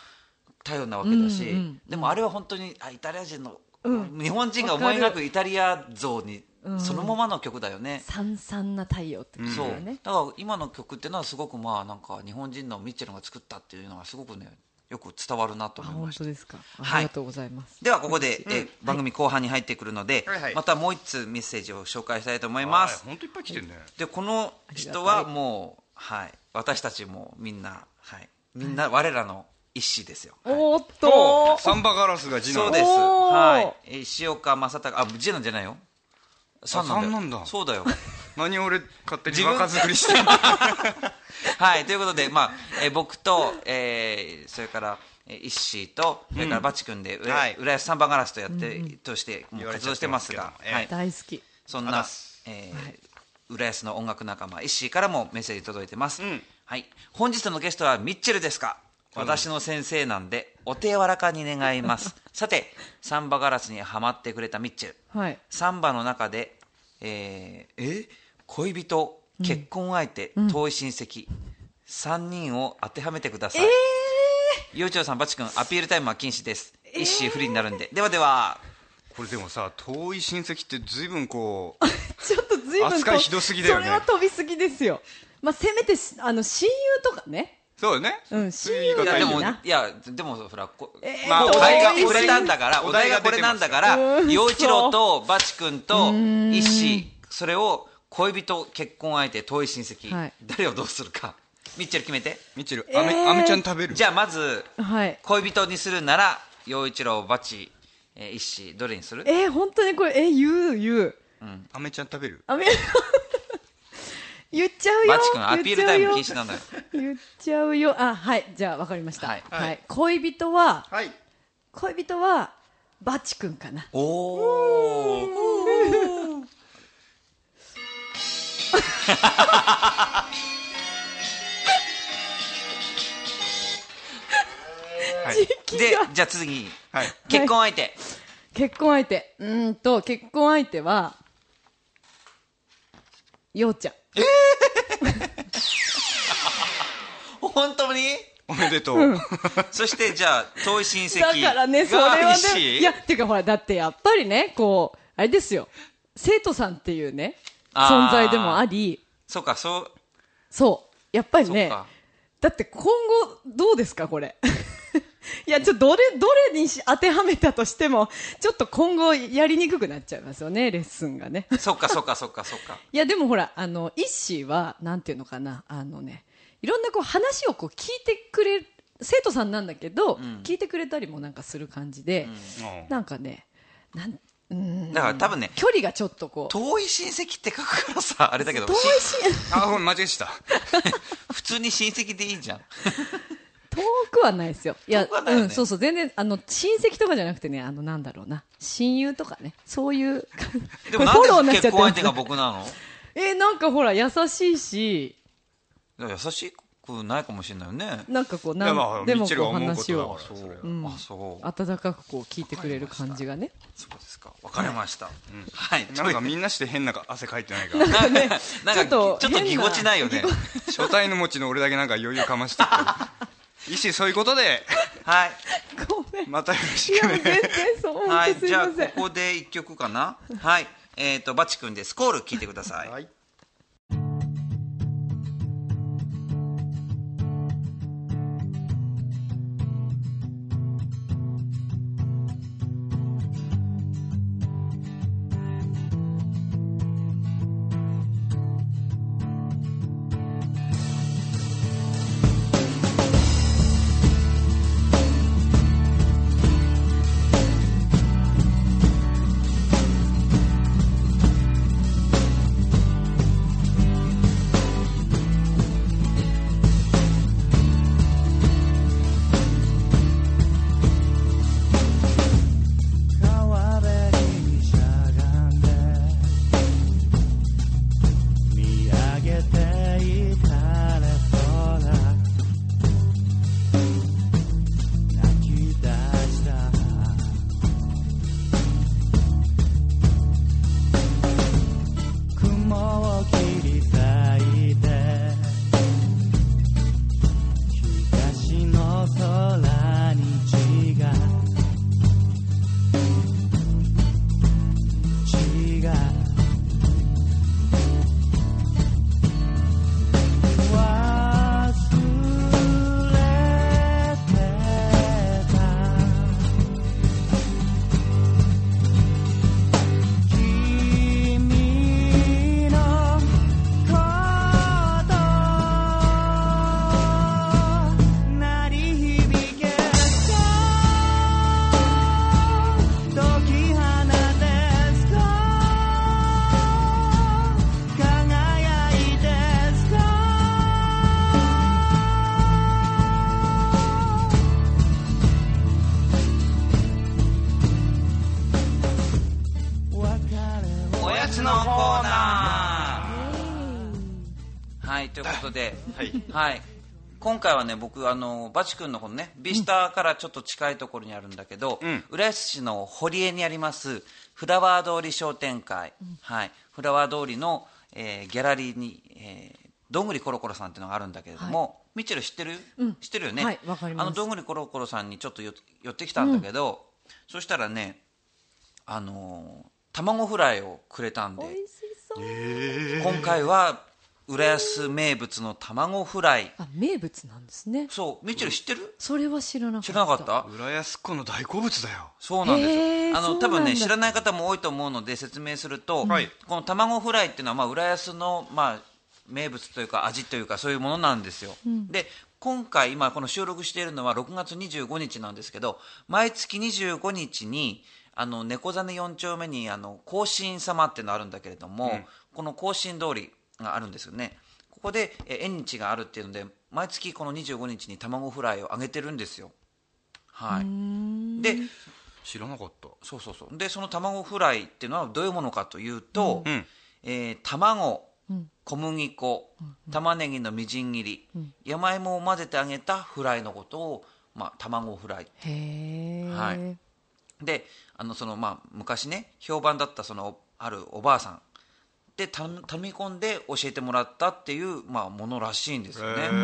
S1: 太陽なわけだし、
S5: うんうん
S1: でもあれは本当にあイタリア人の、
S5: うん
S1: 日本人が思い描くイタリア像にそのままの曲だよね、
S5: さんさんな太陽ってこと
S1: そう
S5: だよね、
S1: だから今の曲っていうのはすごくまあなんか日本人のミッチェルが作ったっていうのはすごくねよく伝わるなと
S5: あ
S1: 思い
S5: 本
S1: まし
S5: 当
S1: た
S5: ですか
S1: は
S5: あ
S1: い
S5: りがとうございます、
S1: ではここで、えー番組後半に入ってくるので、
S2: はいはい
S1: またもう一つメッセージを紹介したいと思います、
S2: 本当いっぱい来てるね
S1: でこの人はもうはい私たちもみんなはいみんな我らの一子ですよ、はい
S5: おーっと
S2: サンバガラスが次
S1: そ
S2: 男
S1: うです
S5: おー
S1: はいえ石岡正隆あ次男じゃないよ三男だよ
S2: 三男だ
S1: そうだよ
S2: 何俺勝手に
S1: 自分
S2: 若作りしてんの
S1: はいということでまあ、えー僕と、えーそれからえー一子とそれからバチ君で、うら
S2: はい
S1: 浦安三番ガラスとやって、としてもう
S2: 言われ
S1: 活
S2: ちゃ
S1: 動
S2: っ
S1: して
S2: て
S1: ま
S2: ますすけど
S1: が、
S2: ええ
S1: はい、
S5: 大好き
S1: そん
S2: あ
S1: な
S2: ざす、
S1: えー、浦安の音楽仲間、イッシーからもメッセージ届いてます。
S2: ん
S1: はい。本日のゲストはミッチェルですか私の先生なんで、お手柔らかに願います。さて、サンバガラスにはまってくれたミッチェル。
S5: はい
S1: サンバの中で、えーえ恋人、結婚相手、遠い親戚、三3人を当てはめてください。ゆうちょうさん、ばちくん、アピールタイムは禁止です。イッシー不利になるんで。ではでは。
S2: これでもさ遠い親戚って随分こう
S5: ちょっと随分と
S2: 扱いひどすぎだよね
S5: それは飛びすぎですよまあせめてしあの親友とかね
S2: そうだね
S5: うん
S2: そういう
S5: 親
S2: 言
S1: い
S2: い
S1: やで
S2: 方いい
S5: 友が
S1: も
S2: よ
S5: ない
S1: やでもほらこ、
S5: えー
S1: まあ、お
S5: どう
S1: 題が
S5: どういう
S1: これなんだから
S2: お
S1: お題
S2: 題
S1: が
S2: が
S1: これ
S2: 出て
S1: な
S2: ま
S1: ん
S2: す
S1: だ
S2: よ
S1: から
S5: うん
S1: 陽一郎
S5: そ
S1: とバチ君と石それを恋人結婚相手遠い親戚、
S5: はい
S1: 誰をどうするかミッチェル決めて
S2: ミッチェル
S5: えー
S2: アメアメちゃん食べる
S1: じゃあまず
S5: はい
S1: 恋人にするなら陽一郎バチ、えー、石どれにする
S5: えー、本当にこれえー、言う言う
S2: アメちゃん食べる
S5: あめ 言っちゃうよ
S1: バチ君アピールタイム禁
S5: 言っち
S1: 止な
S5: ゃうよ
S1: んだよ
S5: 言っちゃうよあはいじゃあわかりました
S1: はい
S5: はい、恋人は
S2: はい
S5: 恋人はバチ君かな
S1: おお
S2: はい
S5: 時
S1: ー
S5: 期
S1: で
S5: が
S1: じゃあ次
S2: はい
S1: 結婚相手
S5: 結婚相手うーんと結婚相手はようちゃん
S1: 本当に
S2: おめでとう、
S1: そしてじゃあ遠い親戚
S5: だからねそれは
S1: が
S5: ね
S1: 石
S5: いやっていうかほらだってやっぱりねこうあれですよ生徒さんっていうね
S1: あー
S5: 存在でもあり
S1: そうかそう
S5: そうやっぱり
S1: そっ
S5: ね
S1: か
S5: だって今後どうですかこれ いやちょっとどれどれにし当てはめたとしてもちょっと今後やりにくくなっちゃいますよねレッスンがね
S1: そっかそっかそっかそっか。
S5: いやでもほらあのイッシーはなんていうのかなあのねいろんなこう話をこう聞いてくれる生徒さんなんだけど、聞いてくれたりもなんかする感じで、
S2: うん
S5: なんかねなんうん
S1: だから多分ね、
S5: 距離がちょっとこう
S1: 遠い親戚って書くからさ、あれだけど、
S5: 遠い
S1: し
S5: し
S2: あごめん間違えてた
S1: 普通に親戚でいいじゃん。
S5: 遠くはないですよいや
S1: 遠くはないよね
S5: うん、そうそう全然あの親戚とかじゃなくてねあのなんだろうな親友とかねそういう感 じ
S1: でも
S5: これフォロ
S1: な
S5: ーに
S1: んで
S5: っち
S1: 結
S5: ゃって
S1: 婚
S5: ま
S1: 相
S5: す
S1: 手が僕なの
S5: えなんかほら優しいし
S1: だから優しくないかもしれないよね。
S5: なんかこう
S2: い
S5: な
S2: や
S5: ん、
S2: まあ
S5: で
S2: ミッ
S5: も
S2: チェルが
S5: こう
S2: 思うこ
S5: 話
S2: とだか
S5: を
S2: らそれは
S5: ん
S1: あ、そう。
S5: 温かくこう聞いてくれる感じがね
S1: そうですか。わかりました。はい。
S2: なんか
S1: ちょ
S2: みんなして変な汗かいてないから
S1: いなんか
S5: ちょっと
S1: ちょっとぎこちないよね。
S2: 初対の持ちの俺だけなんか余裕かましてる医師そういうことで
S1: はい。
S5: ごめん
S2: またよろし
S5: いや
S2: く
S5: もう全
S2: ね
S5: 然そう本
S1: はい。
S5: 当すい
S1: じゃ
S5: ま
S1: あ、
S5: せん、
S1: ここで一曲かな。はい。えっと、バチ君でスコール聞いてください。
S2: はい
S7: 「
S1: はいということで、
S2: はい
S1: はい、今回はね僕あのバチ君のこのねビスターからちょっと近いところにあるんだけど、
S2: ん
S1: 浦安市の堀江にありますフラワー通り商店会、はい、フラワー通りの、えーギャラリーに、えーどんぐりころころさんっていうのがあるんだけれども、ミッチェル知ってる、知ってるよね、
S5: はいわかります
S1: あのどんぐりころころさんにちょっとよ寄ってきたんだけど、そしたらねあのー卵フライをくれたんで
S5: 美味しそう、
S1: 今回は浦安名物の卵フライ
S5: あ名物なんですね
S1: そうミッチェル知ってる
S5: それは知らなかった
S1: 知らなかった
S2: 浦安っ子の大好物だよ
S1: そうなんです
S5: へー
S1: よあ
S5: そう
S1: の
S5: な
S1: 多
S5: んだ
S1: 分ね知らない方も多いと思うので説明すると、
S2: はい
S1: この卵フライっていうのは、まあ、浦安の、まあ、名物というか味というかそういうものなんですよ、で今回今この収録しているのは6月25日なんですけど毎月25日にあの猫座の4丁目にあの更新様っていうのあるんだけれども、この更新通りがあるんですよねここでえ縁日があるっていうので毎月この25日に卵フライをあげてるんですよはいで
S2: 知らなかった
S1: そうそうそうでその卵フライっていうのはどういうものかというと、
S2: ん
S1: えー卵、小麦粉、玉ねぎのみじん切り、山芋を混ぜて揚げたフライのことを、まあ、卵フライ
S5: へえ、
S1: はいであのその、まあ、昔ね評判だったそのあるおばあさんでた頼み込んで教えてもらったっていう、まあ、ものらしいんですよね。
S2: へー
S1: う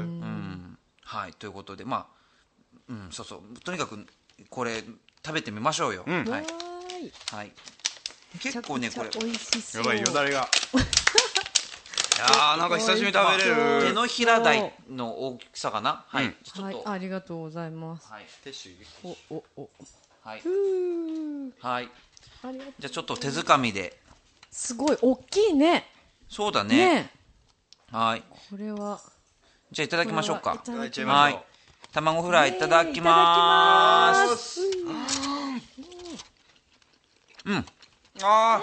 S1: んはい、ということで、まあうん、そうそうとにかくこれ食べてみましょうよ。
S2: ん
S1: はい
S5: わーい
S1: はい、結構ねこれ
S5: めちゃくちゃ美味しそう
S2: やばいよだ れがいやーなんか久しぶりに食べれ
S1: 手
S2: る
S1: のひら大の大きさかな、は
S2: う
S1: い
S2: ん、
S1: ちょ
S5: は
S1: っ
S5: い
S1: と、は
S5: あ
S1: い、
S5: りがとうございます
S1: はい、
S2: ティッシュ
S5: おおお
S1: はい、
S5: ふうありがとう
S1: じゃあちょっと手づかみで、
S5: すごい大きいね
S1: そうだね、
S5: ね
S1: はい、
S5: これは
S1: じゃあいただきましょうか
S5: これ
S2: いただ
S5: はい
S2: ちゃい
S1: は
S2: ましょ、
S1: いう卵フライいただきま
S5: ね
S1: す
S5: えいただきます
S2: あ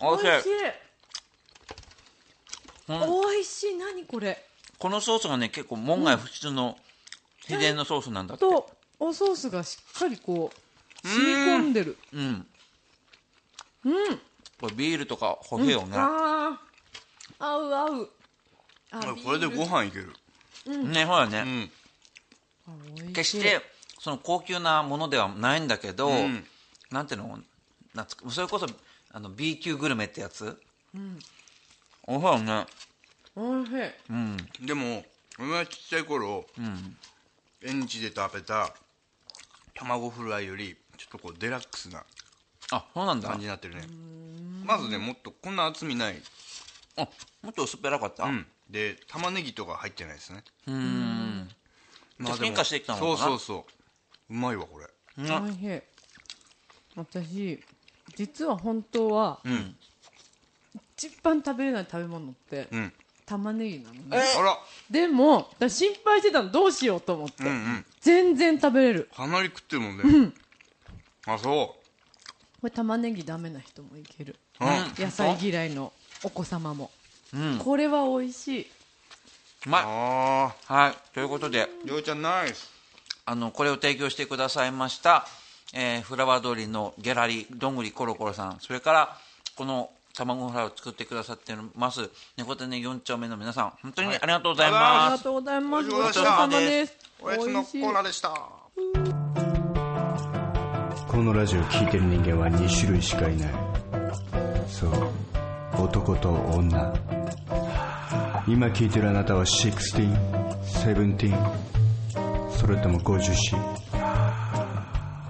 S1: おいしい
S5: 美味しい
S1: ほん
S5: 美味しい何これ
S1: このソースがね結構門外不出の秘伝のソースなんだって、
S5: とおソースがしっかりこう染み込んでる
S1: うん、うん、これビールとか欲しいよね、
S5: ああ合う合うあ
S2: ーこれで
S5: ビー
S2: ご
S5: ル
S2: 飯いける
S1: ねほらね、
S2: うん
S5: あ美味しい
S1: 決してその高級なものではないんだけど、
S2: ん
S1: なんていうのなんつうかそれこそあの B 級グルメってやつうんおいしいよね
S5: おいしい
S1: うん
S2: でも俺がちっちゃい頃
S1: うん
S2: 縁日で食べた卵フライよりちょっとこうデラックスな
S1: あそうなんだ
S2: 感じになってるねまずねもっとこんな厚みない
S1: あもっと薄っぺらかった
S2: うんで玉ねぎとか入ってないですね
S1: うん
S2: ま
S1: じゃあ進化してきたのかな
S2: そうそうそううまいわこれ
S1: うん
S5: おいしい私実は本当は
S2: うん
S5: 一番食べれない食べ物って
S2: うん
S5: 玉ねぎなのね
S2: あら
S5: でもだ心配してたのどうしようと思って、
S2: うんうん
S5: 全然食べれる
S2: かなり食ってるもんねあそう
S5: これ玉ねぎダメな人もいける
S2: うん
S5: 野菜嫌いのお子様も、
S1: うん
S5: これは美味しいう
S1: まい
S2: あ
S1: はいということで
S2: ーりょうちゃんナイス
S1: あのこれを提供してくださいました、えーフラワー通りのギャラリーどんぐりころころさんそれからこの卵フライを作ってくださってます猫手ね4丁目の皆さん本当にありがとうござい
S2: あ
S1: ま
S5: ありが
S1: す、
S5: とうございます
S2: ご
S5: ご
S2: ち
S5: ち
S2: そ
S5: そ
S2: さ
S5: ううさ
S2: ま
S5: ま
S2: で
S5: ですす
S2: おやつのコーナーでした
S7: このラジオ聴いてる人間は2種類しかいないそう男と女今聴いてるあなたは1617それとも 50C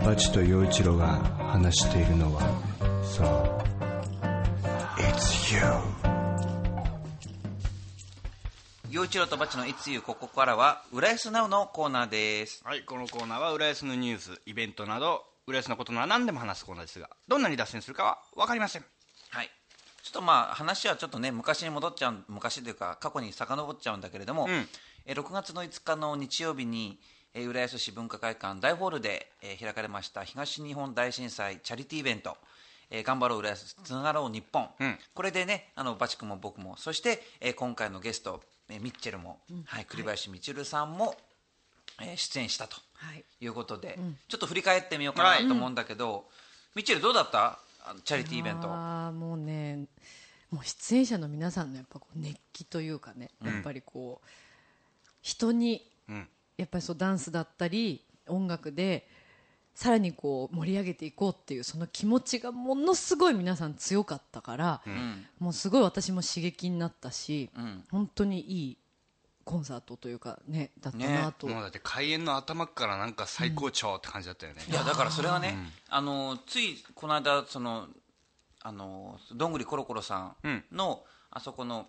S7: バチと陽一郎が話しているのはそう It's you
S1: 陽一郎とバチのいつゆここからは浦安ナウのコーナーです
S2: はいこのコーナーは浦安のニュースイベントなど浦安のことなら何でも話すコーナーですがどんなに脱線するかは分かりません
S1: はいちょっとまあ話はちょっとね昔に戻っちゃう昔というか過去に遡っちゃうんだけれども、
S2: ん
S1: えー6月の5日の日曜日にえー浦安市文化会館大ホールでえー開かれました東日本大震災チャリティーイベント「えー頑張ろう浦安つながろう日本」
S2: うん
S1: これでねあのバチ君も僕もそしてえー今回のゲストえーミッチェルも、はい、栗林みちるさんも、えー出演したと
S5: はい
S1: いうことで、ちょっと振り返ってみようかなと思うんだけど、ミッチェルどうだったあのチャリティーイベント。
S5: ああもうねもう出演者の皆さんのやっぱこう熱気というかね、やっぱりこう人に
S2: うん
S5: やっぱりそうダンスだったり音楽でさらにこう盛り上げていこうっていうその気持ちがものすごい皆さん強かったから、
S1: うん
S5: もうすごい私も刺激になったし、
S1: うん
S5: 本当にいいコンサートというかねだったなと、
S2: もうだって開演の頭からなんか最高潮って感じだったよね、
S1: いやだからそれはね、あのついこの間そのあのどんぐりころころさんの、あそこの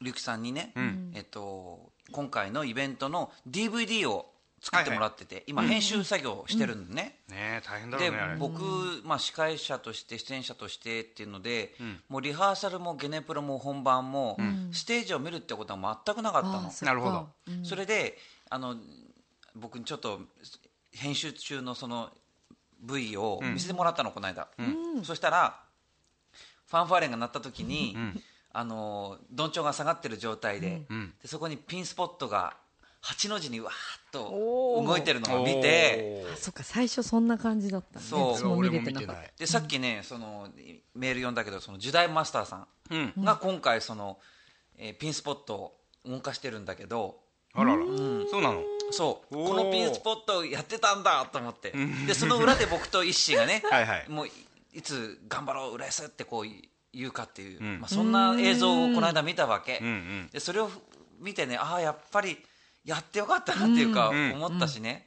S1: りゅきさんにね、えっと今回のイベントの DVD を作ってもらってて、今編集作業してるんでね、
S2: ねえ大変だろ
S1: で
S2: うねあれ
S1: 僕、まあ、司会者として出演者としてっていうので、もうリハーサルもゲネプロも本番も、ステージを見るってことは全くなかったの、
S5: あーそっか
S2: なるほど
S1: それであの僕にちょっと編集中のその V を見せてもらったの、この間、そしたらファンファーレンが鳴った時に、あのどんちょうが下がってる状態で,、でそこにピンスポットが8の字にわーっと動いてるのを見て
S5: あそっか最初そんな感じだったね
S1: そう
S5: 私も見れてなかった
S1: でさっきねそのメール読んだけどそのジュダイマスターさ
S2: うん
S1: んが今回その、えーピンスポットを動かしてるんだけど。
S2: あらら、そうなの
S1: そう
S2: おー
S1: このピンスポットやってたんだと思ってでその裏で僕と石がね
S2: はいはい
S1: もういいつ頑張ろう浦安ってこう言うかっていう、
S2: ん
S1: まあ、そんな映像をこの間見たわけ、
S2: うんうん
S1: でそれを見てねああやっぱりやってよかったなっていうか
S2: うん
S1: 思ったしね、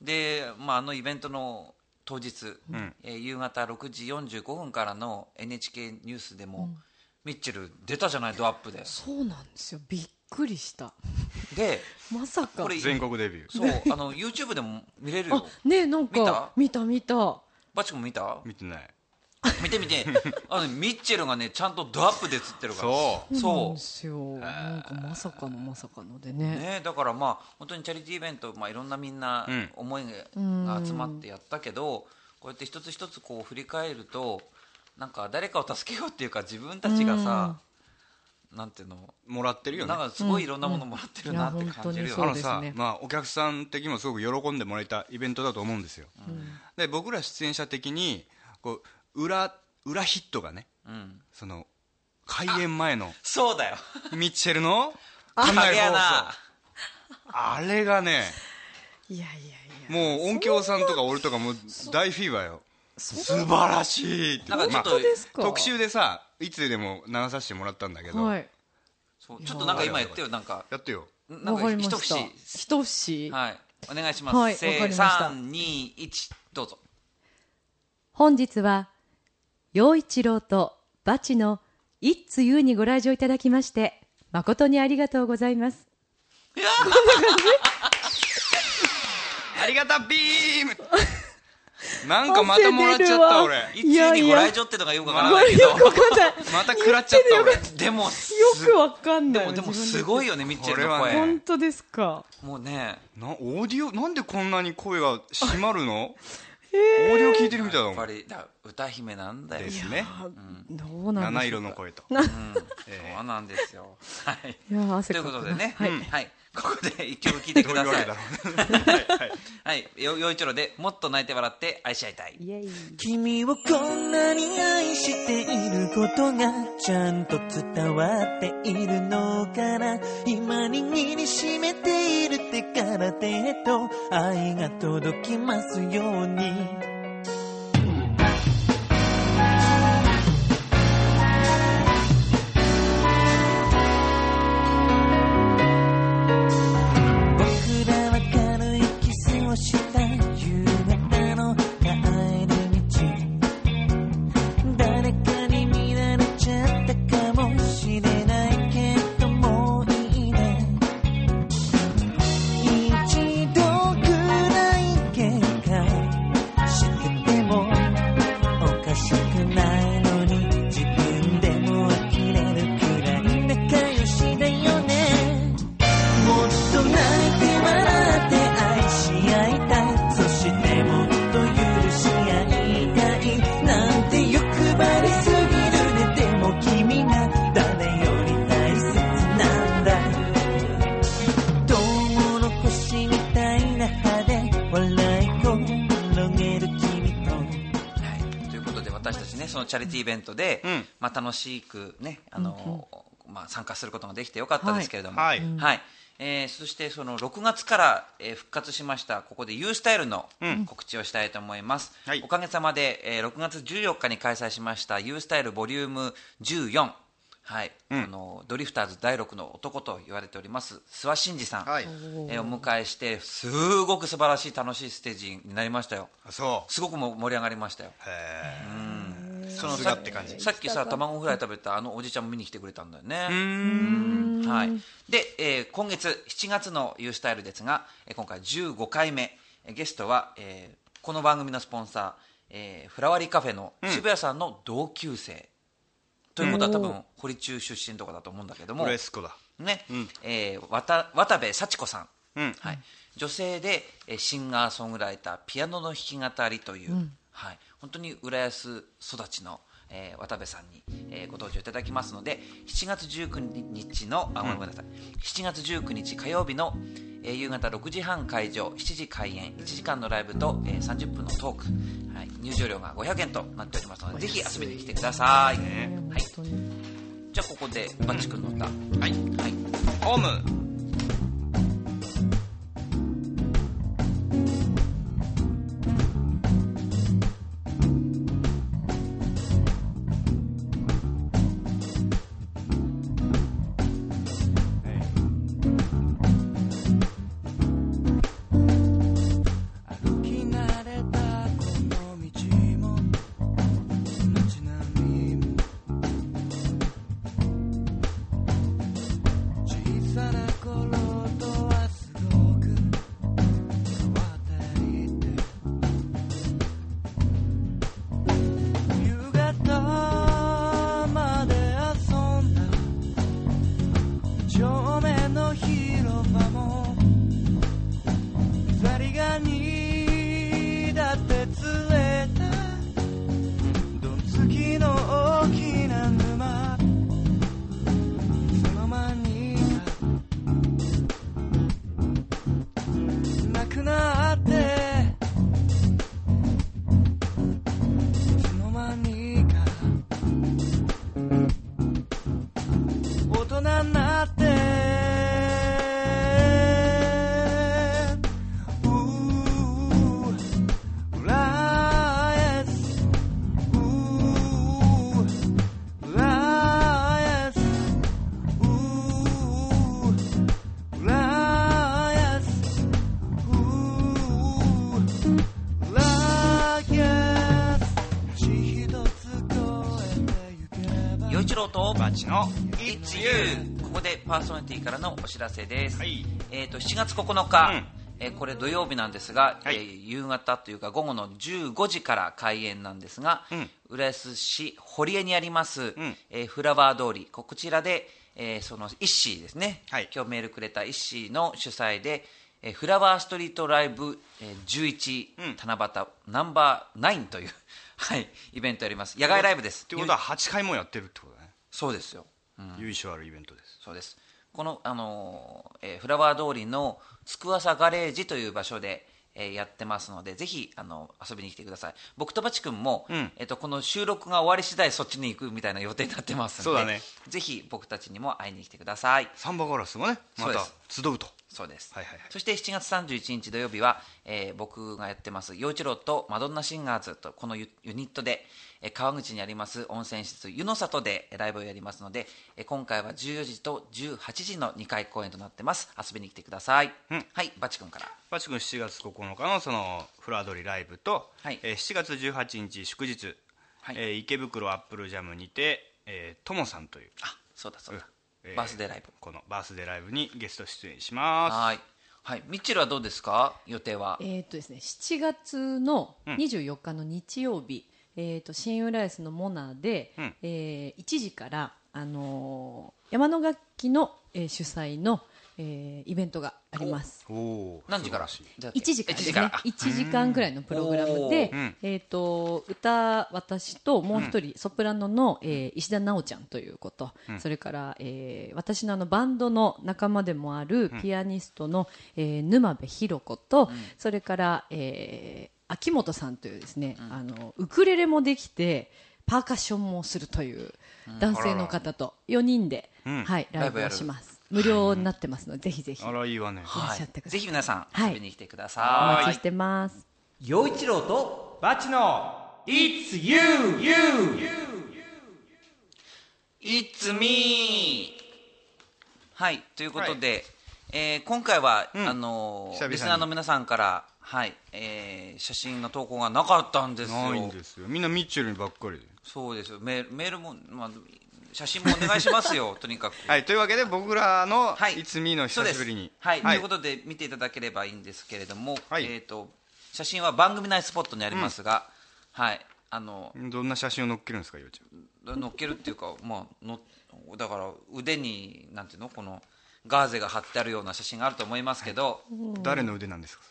S1: で、まあ、あのイベントの当日、
S2: ん
S1: えー夕方6時45分からの NHK ニュースでも、ミッチェル出たじゃないドアップで
S5: そうなんですよびっくりした
S1: で
S5: まさか
S1: これ
S2: 全国デビュー
S1: そうあの YouTube でも見れるよ
S5: あねえなんか見た見た
S1: バチコも見た
S2: 見てない
S1: 見て見 てあのねミッチェルがねちゃんとドアップで映ってるから
S2: そう
S5: そう
S1: そ
S5: なんですよなんかまさかのまさかのでね
S1: うねだからまあ本当にチャリティーイベント、まあ、いろんなみんな
S2: うん
S1: 思いが集まってやったけど、こうやって一つ一つこう振り返るとなんか誰かを助けようっていうか自分たちがさ、なんていうの
S2: もらってるよね
S1: なんかすごいいろんなものもらってるなっ
S5: うん
S1: て
S5: うん
S1: 感じるよ、
S5: いや
S2: あ
S5: 本
S2: の
S5: 当に
S2: さ、
S5: そうですね
S2: まあ、お客さん的にもすごく喜んでもらえたイベントだと思うんですよ、で僕ら出演者的にこう裏裏ヒットがね
S1: うん
S2: その開演前の
S1: そう だよ
S2: ミッチェルの館
S1: あ
S2: 内
S1: れや
S2: 放送
S1: な
S2: あれがね
S5: いやいやいや
S2: もう音響さんとか俺とかもう大フィーバーよ素晴らしいって
S1: なんかちょっと
S2: まあ
S5: ですか
S2: 特集でさいつでも流させてもらったんだけど、
S5: はい
S1: そうちょっとなんか今言ってよなんか
S2: やってよ
S1: なん
S5: わか
S1: か
S5: りま
S1: 一
S5: した
S1: 節
S5: 一節
S1: はいお願いします、
S5: はい
S1: せー
S5: わかりました
S1: 3、2、1どうぞ
S8: 本日は陽一郎とバチの一通優にご来場いただきまして誠にありがとうございます
S2: ありがたビーム なんかまたもらっちゃった俺
S1: いつ
S5: いやい
S1: に
S5: や
S1: ご来場ってのがよくわから
S5: こ
S1: ない
S5: れ
S1: けど
S5: よくわかんない よ
S2: また食らっちゃった俺
S1: でも
S5: くわかんない
S1: でもすごいよねミッチェルの
S2: これ
S1: 声、
S2: はね
S5: 本当ですか
S1: もうね
S2: なオーディオなんでこんなに声が締ま るの、オーディオ聞いてるみたい
S1: や
S2: だ
S1: っ
S2: も
S1: ぱ
S2: ん
S1: りだ歌姫なんだよ
S2: ですね
S5: どうなんで
S2: 七
S5: す
S2: 色の声と
S1: そうなんですよはい
S5: いや汗
S1: とい
S5: か
S1: う
S5: く
S1: こ
S5: な
S1: とでね
S5: はい、
S1: はい、ここで一曲聴いてく
S2: どうい
S1: だ
S2: うわ
S1: さ
S2: け
S1: い
S2: だろうね
S1: はいよよいちろでもっと泣いて笑って愛し合いたい
S4: 君をこんなに愛していることがちゃんと伝わっているのかな今握りしめている手から手へと愛が届きますように僕らは軽いキスをした夕方の帰り道誰かに見られちゃったかもしれないけどもういいね一度くらい喧嘩しててもおかしくないのに自分でも呆れるくらい仲良しだよねもっと泣いて笑って愛し合いたいそしてもっと許し合いたいなんて欲張りすぎるねでも君が誰より大切なんだトウモロコシみたいな歯で笑い転げる君と
S1: はい、ということで私たちねそのチャリティーイベントで、
S2: うん
S1: まあ、楽しくねあの、まあ、参加することができてよかったですけれども、
S2: はいは
S1: はいえーそしてその6月から、えー復活しましたここで U スタイルの告知をしたいと思います、
S2: はい
S1: おかげさまで、えー6月14日に開催しました U スタイルボリューム14はい、
S2: ん
S1: このドリフターズ第6の男と言われております諏訪真司さん、
S2: はい
S1: えーお迎えしてすごく素晴らしい楽しいステージになりましたよ
S2: あそう
S1: すごくも盛り上がりましたよ
S2: へえ
S1: そ
S2: そ
S1: の
S2: の
S1: さ
S2: さって感じ
S1: さっきさ卵フライ食べたあのおじちゃんも見に来てくれたんだよねうんはいで、えー今月7月の「ユースタイルですが、えー今回15回目えーゲストは、えーこの番組のスポンサー、えーフラワリーカフェの渋谷さんの同級生、ということは多分堀中出身とかだと思うんだけども
S2: フレスコだ
S1: ね、
S2: ん
S1: えー渡渡部幸子さん、
S2: うん
S1: はい、女性でえーシンガーソングライターピアノの弾き語りという、はい、本当に浦安育ちの、えー渡部さんに、えーご登場いただきますので7月19日のあごめんなさい7月19日火曜日の、えー夕方6時半会場7時開演1時間のライブと、えー30分のトーク、はい、入場料が500円となっておりますのでぜひ遊びに来てください、はい、じゃあここでバッチ君の歌、
S2: はい
S1: はい
S2: オウム
S4: 歩き慣れたこの道も街並みも小さな頃とはすごく変わっていて夕方まで遊んだ正面の広場もザリガニだって釣れたドンつきの大きな沼いつの間にかなくなっていつの間にか大人になってうーうらやすうーうらやすうーうらやすうーうらやす血ひとつ越えてゆけば
S1: 陽一郎と
S2: バチの
S1: It's You ここでパーソナリティからのお知らせです、
S2: はい
S1: えー、と7月9日、
S2: うん
S1: えーこれ土曜日なんですが、
S2: はい
S1: えー夕方というか午後の15時から開演なんですが、
S2: うん
S1: 浦安市堀江にあります、
S2: ん
S1: えーフラワー通りこちらで、えーそのイッシーですね、
S2: はい
S1: 今日メールくれたイッシーの主催で、えーフラワーストリートライブ、えー11、
S2: うん
S1: 七夕ナンバー9という、 はい、イベントやります野外ライブです
S2: ってことは8回もやってるってことだね
S1: そうですよ
S2: 由緒あるイベントです
S1: そうですこの、あのーえーフラワー通りの筑浅ガレージという場所で、えーやってますのでぜひ、あの遊びに来てください僕とバチ君も、
S2: うん
S1: えっとこの収録が終わり次第そっちに行くみたいな予定になってますので
S2: そうだね
S1: ぜひ僕たちにも会いに来てください
S2: サンバガラスもねまた集うと
S1: そうです、
S2: はいはいはい
S1: そして7月31日土曜日は、えー僕がやってます陽一郎とマドンナシンガーズとこのユユニットで、えー川口にあります温泉施設湯の里でえーライブをやりますので、えー今回は14時と18時の2回公演となってます遊びに来てください、
S2: うん
S1: はいバチ君から
S2: バチ君7月9日のそのフラドリライブと、
S1: はい
S2: えー7月18日祝日、
S1: はい
S2: えー池袋アップルジャムにてえーとも、さんという、
S1: あそうだそうだ、
S2: え
S1: バースデーライブ
S2: このバースデーライブにゲスト出演します
S1: はいはいミッチェルはどうですか予定は
S5: えーっとですね、7月の24日の日曜日、えーっと新浦安のモナーで、
S2: うん
S5: えー1時から、あのー山野楽器の、えー主催の、えーイベントがあります。
S2: おー
S1: 何時から
S2: 素晴しい
S1: だっけ
S5: 1時からです
S1: 一
S5: ね
S1: あ
S5: 1時間くらいのプログラムで、
S1: うん
S5: えー、と歌私ともう一人、ソプラノの、えー石田奈央ちゃんということ、それから、えー私のあのバンドの仲間でもあるピアニストの、えー沼部博子と、それから、えー秋元さんというですね、あのウクレレもできてパーカッションもするという男性の方と4人で、
S2: ん
S5: はい、ライブをします無料になってますので、ぜひぜひ
S2: あらいいわね
S5: いら
S1: は
S5: っしゃって
S1: い、
S5: くださ
S1: ぜ
S5: い
S1: ひ皆さん
S5: はい
S1: 遊びに来てくだ
S5: お
S1: さい、
S5: 待ちしてます
S3: 陽一郎と
S2: バチの It's you, you
S1: It's me! はい、ということで、えー今回は、
S2: ん
S1: あのー
S2: 久々に
S1: リスナーの皆さんから、はいえー写真の投稿がなかったんですよ。
S2: ないんですよみんなミッチェルにばっかりで
S1: そうですよメールメールも、まあ、写真もお願いします よ、とにかく。
S2: はいというわけで僕らの
S1: はい、
S2: いつみの久しぶ
S1: そ
S2: り
S1: う
S2: に
S1: ですはい、
S2: はい
S1: ということで見ていただければいいんですけれども、
S2: はい
S1: えー、と写真は番組内スポットにありますが、はいあの
S2: どんな写真を載っけるんですかようちゃん
S1: 乗っけるっていうか、まあ、のだから腕になんていうのこのガーゼが貼ってあるような写真があると思いますけど、
S2: 誰の腕なんですか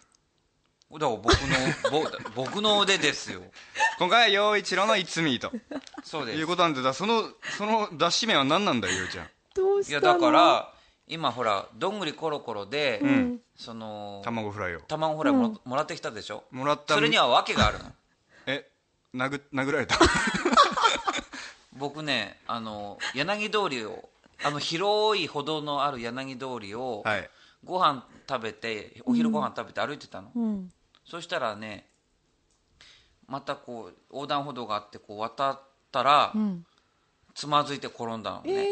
S1: だから僕のぼ 僕の腕ですよ
S2: 今回は陽一郎の「いつみ」と
S1: そうです
S2: いうことなんでだそのその出し名は何なんだよ陽ちゃん
S5: どう
S1: い
S5: し
S1: や
S5: た
S1: だ
S5: の
S1: から今ほらどんぐりころころで、その
S2: 卵フライを
S1: 卵ほらもら,、もらってきたでしょ
S2: もらった
S1: それには訳があるの
S2: え殴殴られ た
S1: 僕ねあの柳通りをあの広い歩道のある柳通りを、
S2: はい
S1: ご飯食べてお昼ご飯食べて歩いてたの、そしたらねまたこう横断歩道があってこう渡ったら、つまずいて転んだのね、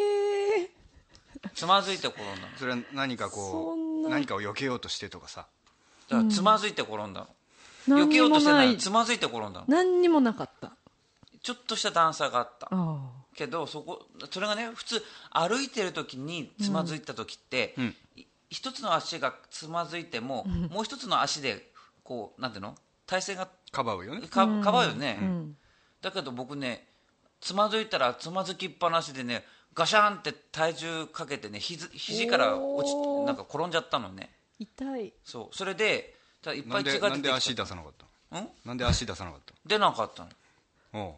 S1: つまずいて転んだの
S2: それは何かこう何かを避けようとしてとかさ
S1: だからつまずいて転んだの、
S5: 何
S1: 避け
S5: に
S1: よう
S5: も
S1: として
S5: な
S1: ないいつまずいて転んだの
S5: 何にもなかった
S1: ちょっとした段差があった
S5: あ
S1: けどそこそれがね普通歩いてる時につまずいた時って、
S2: ん
S1: い一つの足がつまずいても、もう一つの足でこうなんていうの体勢が
S2: かばうよね
S1: かかばうよね、だけど僕ねつまずいたらつまずきっぱなしでねガシャンって体重かけてねひず肘から落ち
S5: おー
S1: なんか転んじゃったのね
S5: 痛い
S1: そうそれでただいっ
S2: な
S1: ぱ
S2: ん
S1: い血
S2: で
S1: が
S2: な
S1: 出
S2: ん
S1: て
S2: で
S1: き
S2: 足
S1: た
S2: 出さなかった
S1: ん
S2: のなんで足出さなかった
S1: 出なかったの
S2: のお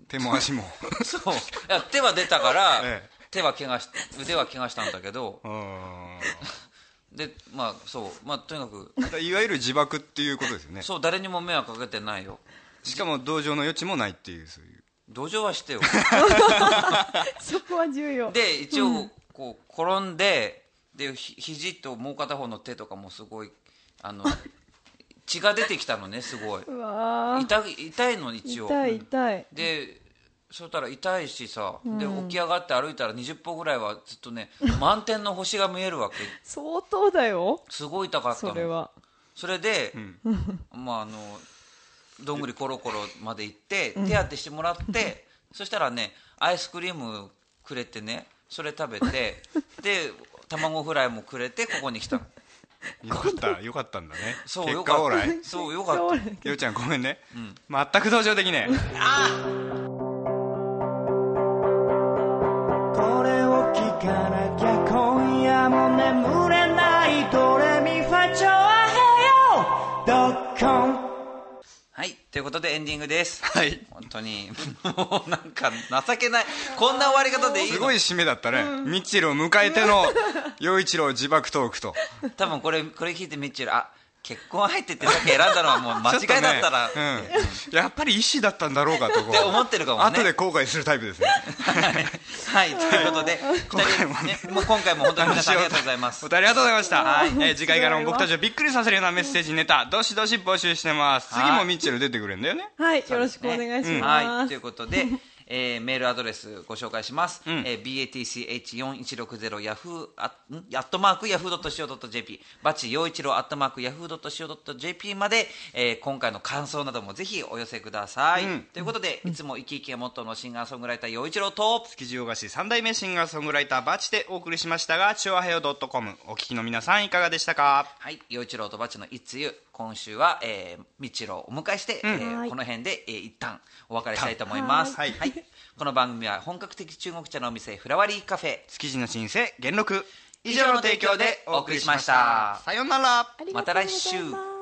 S2: う手 も足も
S1: そういや手は出たから、
S2: ええ
S1: 手は怪我し腕は怪我したんだけど
S2: うーん
S1: でまあそうまあとにかく
S2: だからいわゆる自爆っていうことですよね
S1: そう誰にも迷惑かけてないよ
S2: しかも同情の余地もないっていうそういう
S1: 同情はしてよ
S5: そこは重要
S1: で一応こう転んででひ肘ともう片方の手とかもすごいあの 血が出てきたのねすごいう
S5: わー
S1: 痛い痛いの一応
S5: 痛い痛い
S1: でそしたら痛いしさ、で起き上がって歩いたら20歩ぐらいはずっとね満天の星が見えるわけ
S5: 相当だよ
S1: すごい痛かったの
S5: それは
S1: それで、まああのどんぐりコロコロまで行って手当てしてもらって、そしたらねアイスクリームくれてねそれ食べて で卵フライもくれてここに来たの
S2: よ かったよかったんだね
S1: そう
S2: 結
S1: よか
S2: 果オー
S1: っ
S2: ライ
S1: たそうよかった
S5: そう
S2: ようちゃんごめんね、全く同情できねえ
S4: これを聞かなきゃ今夜も眠れないドレミファチョアヘヨドッコン
S1: はいということでエンディングです
S2: はい
S1: 本当にもうなんか情けないこんな終わり方でいい
S2: す
S1: の
S2: ごい締めだったね、ミッチェルを迎えて の陽一郎自爆トークと
S1: 多分これこれ聞いてミッチェルあ結婚入ってってさっき選んだのはもう間違いだったらっ
S2: ちょっとねうん、やっぱり意思だったんだろうかとこう
S1: て思 ってるかもね
S2: 後で後悔するタイプですね
S1: はい、ということで、二人ね、もう今回も本当に皆さんありがとうございます
S2: お。便りありがとうございました、えー次回からも僕たちをびっくりさせるようなメッセージネタどしどし募集してます次
S1: は
S2: も
S1: い
S2: ミッチェル出てくれるんだよね
S5: はいよろしくお願いし
S1: は
S5: ま
S1: い、
S5: す
S1: ということで、 えーメールアドレスご紹介します。
S2: ん
S1: えー batch4160 ヤフー、んアットマークヤフー .co.jp、バチ陽一郎アットマークヤフー .co.jp まで、えー今回の感想などもぜひお寄せください。
S2: うん
S1: ということで、いつも生き生きがモットーのシンガーソングライター陽一郎と、
S2: 築地大菓子三代目シンガーソングライターバチでお送りしましたがチョアヘオ .com お聞きの皆さんいかがでしたか
S1: はい、陽一郎とバチのいつゆ、今週は、えー、みちろをお迎えして、えーこの辺で、えー一旦お別れしたいと思います。
S2: はい
S1: はい、この番組は本格的中国茶のお店、フラワリーカフェ。
S2: 築地の新生元禄
S1: 以上の提供でお送りしました
S2: さようなら
S1: また来週。
S5: ありがとうございます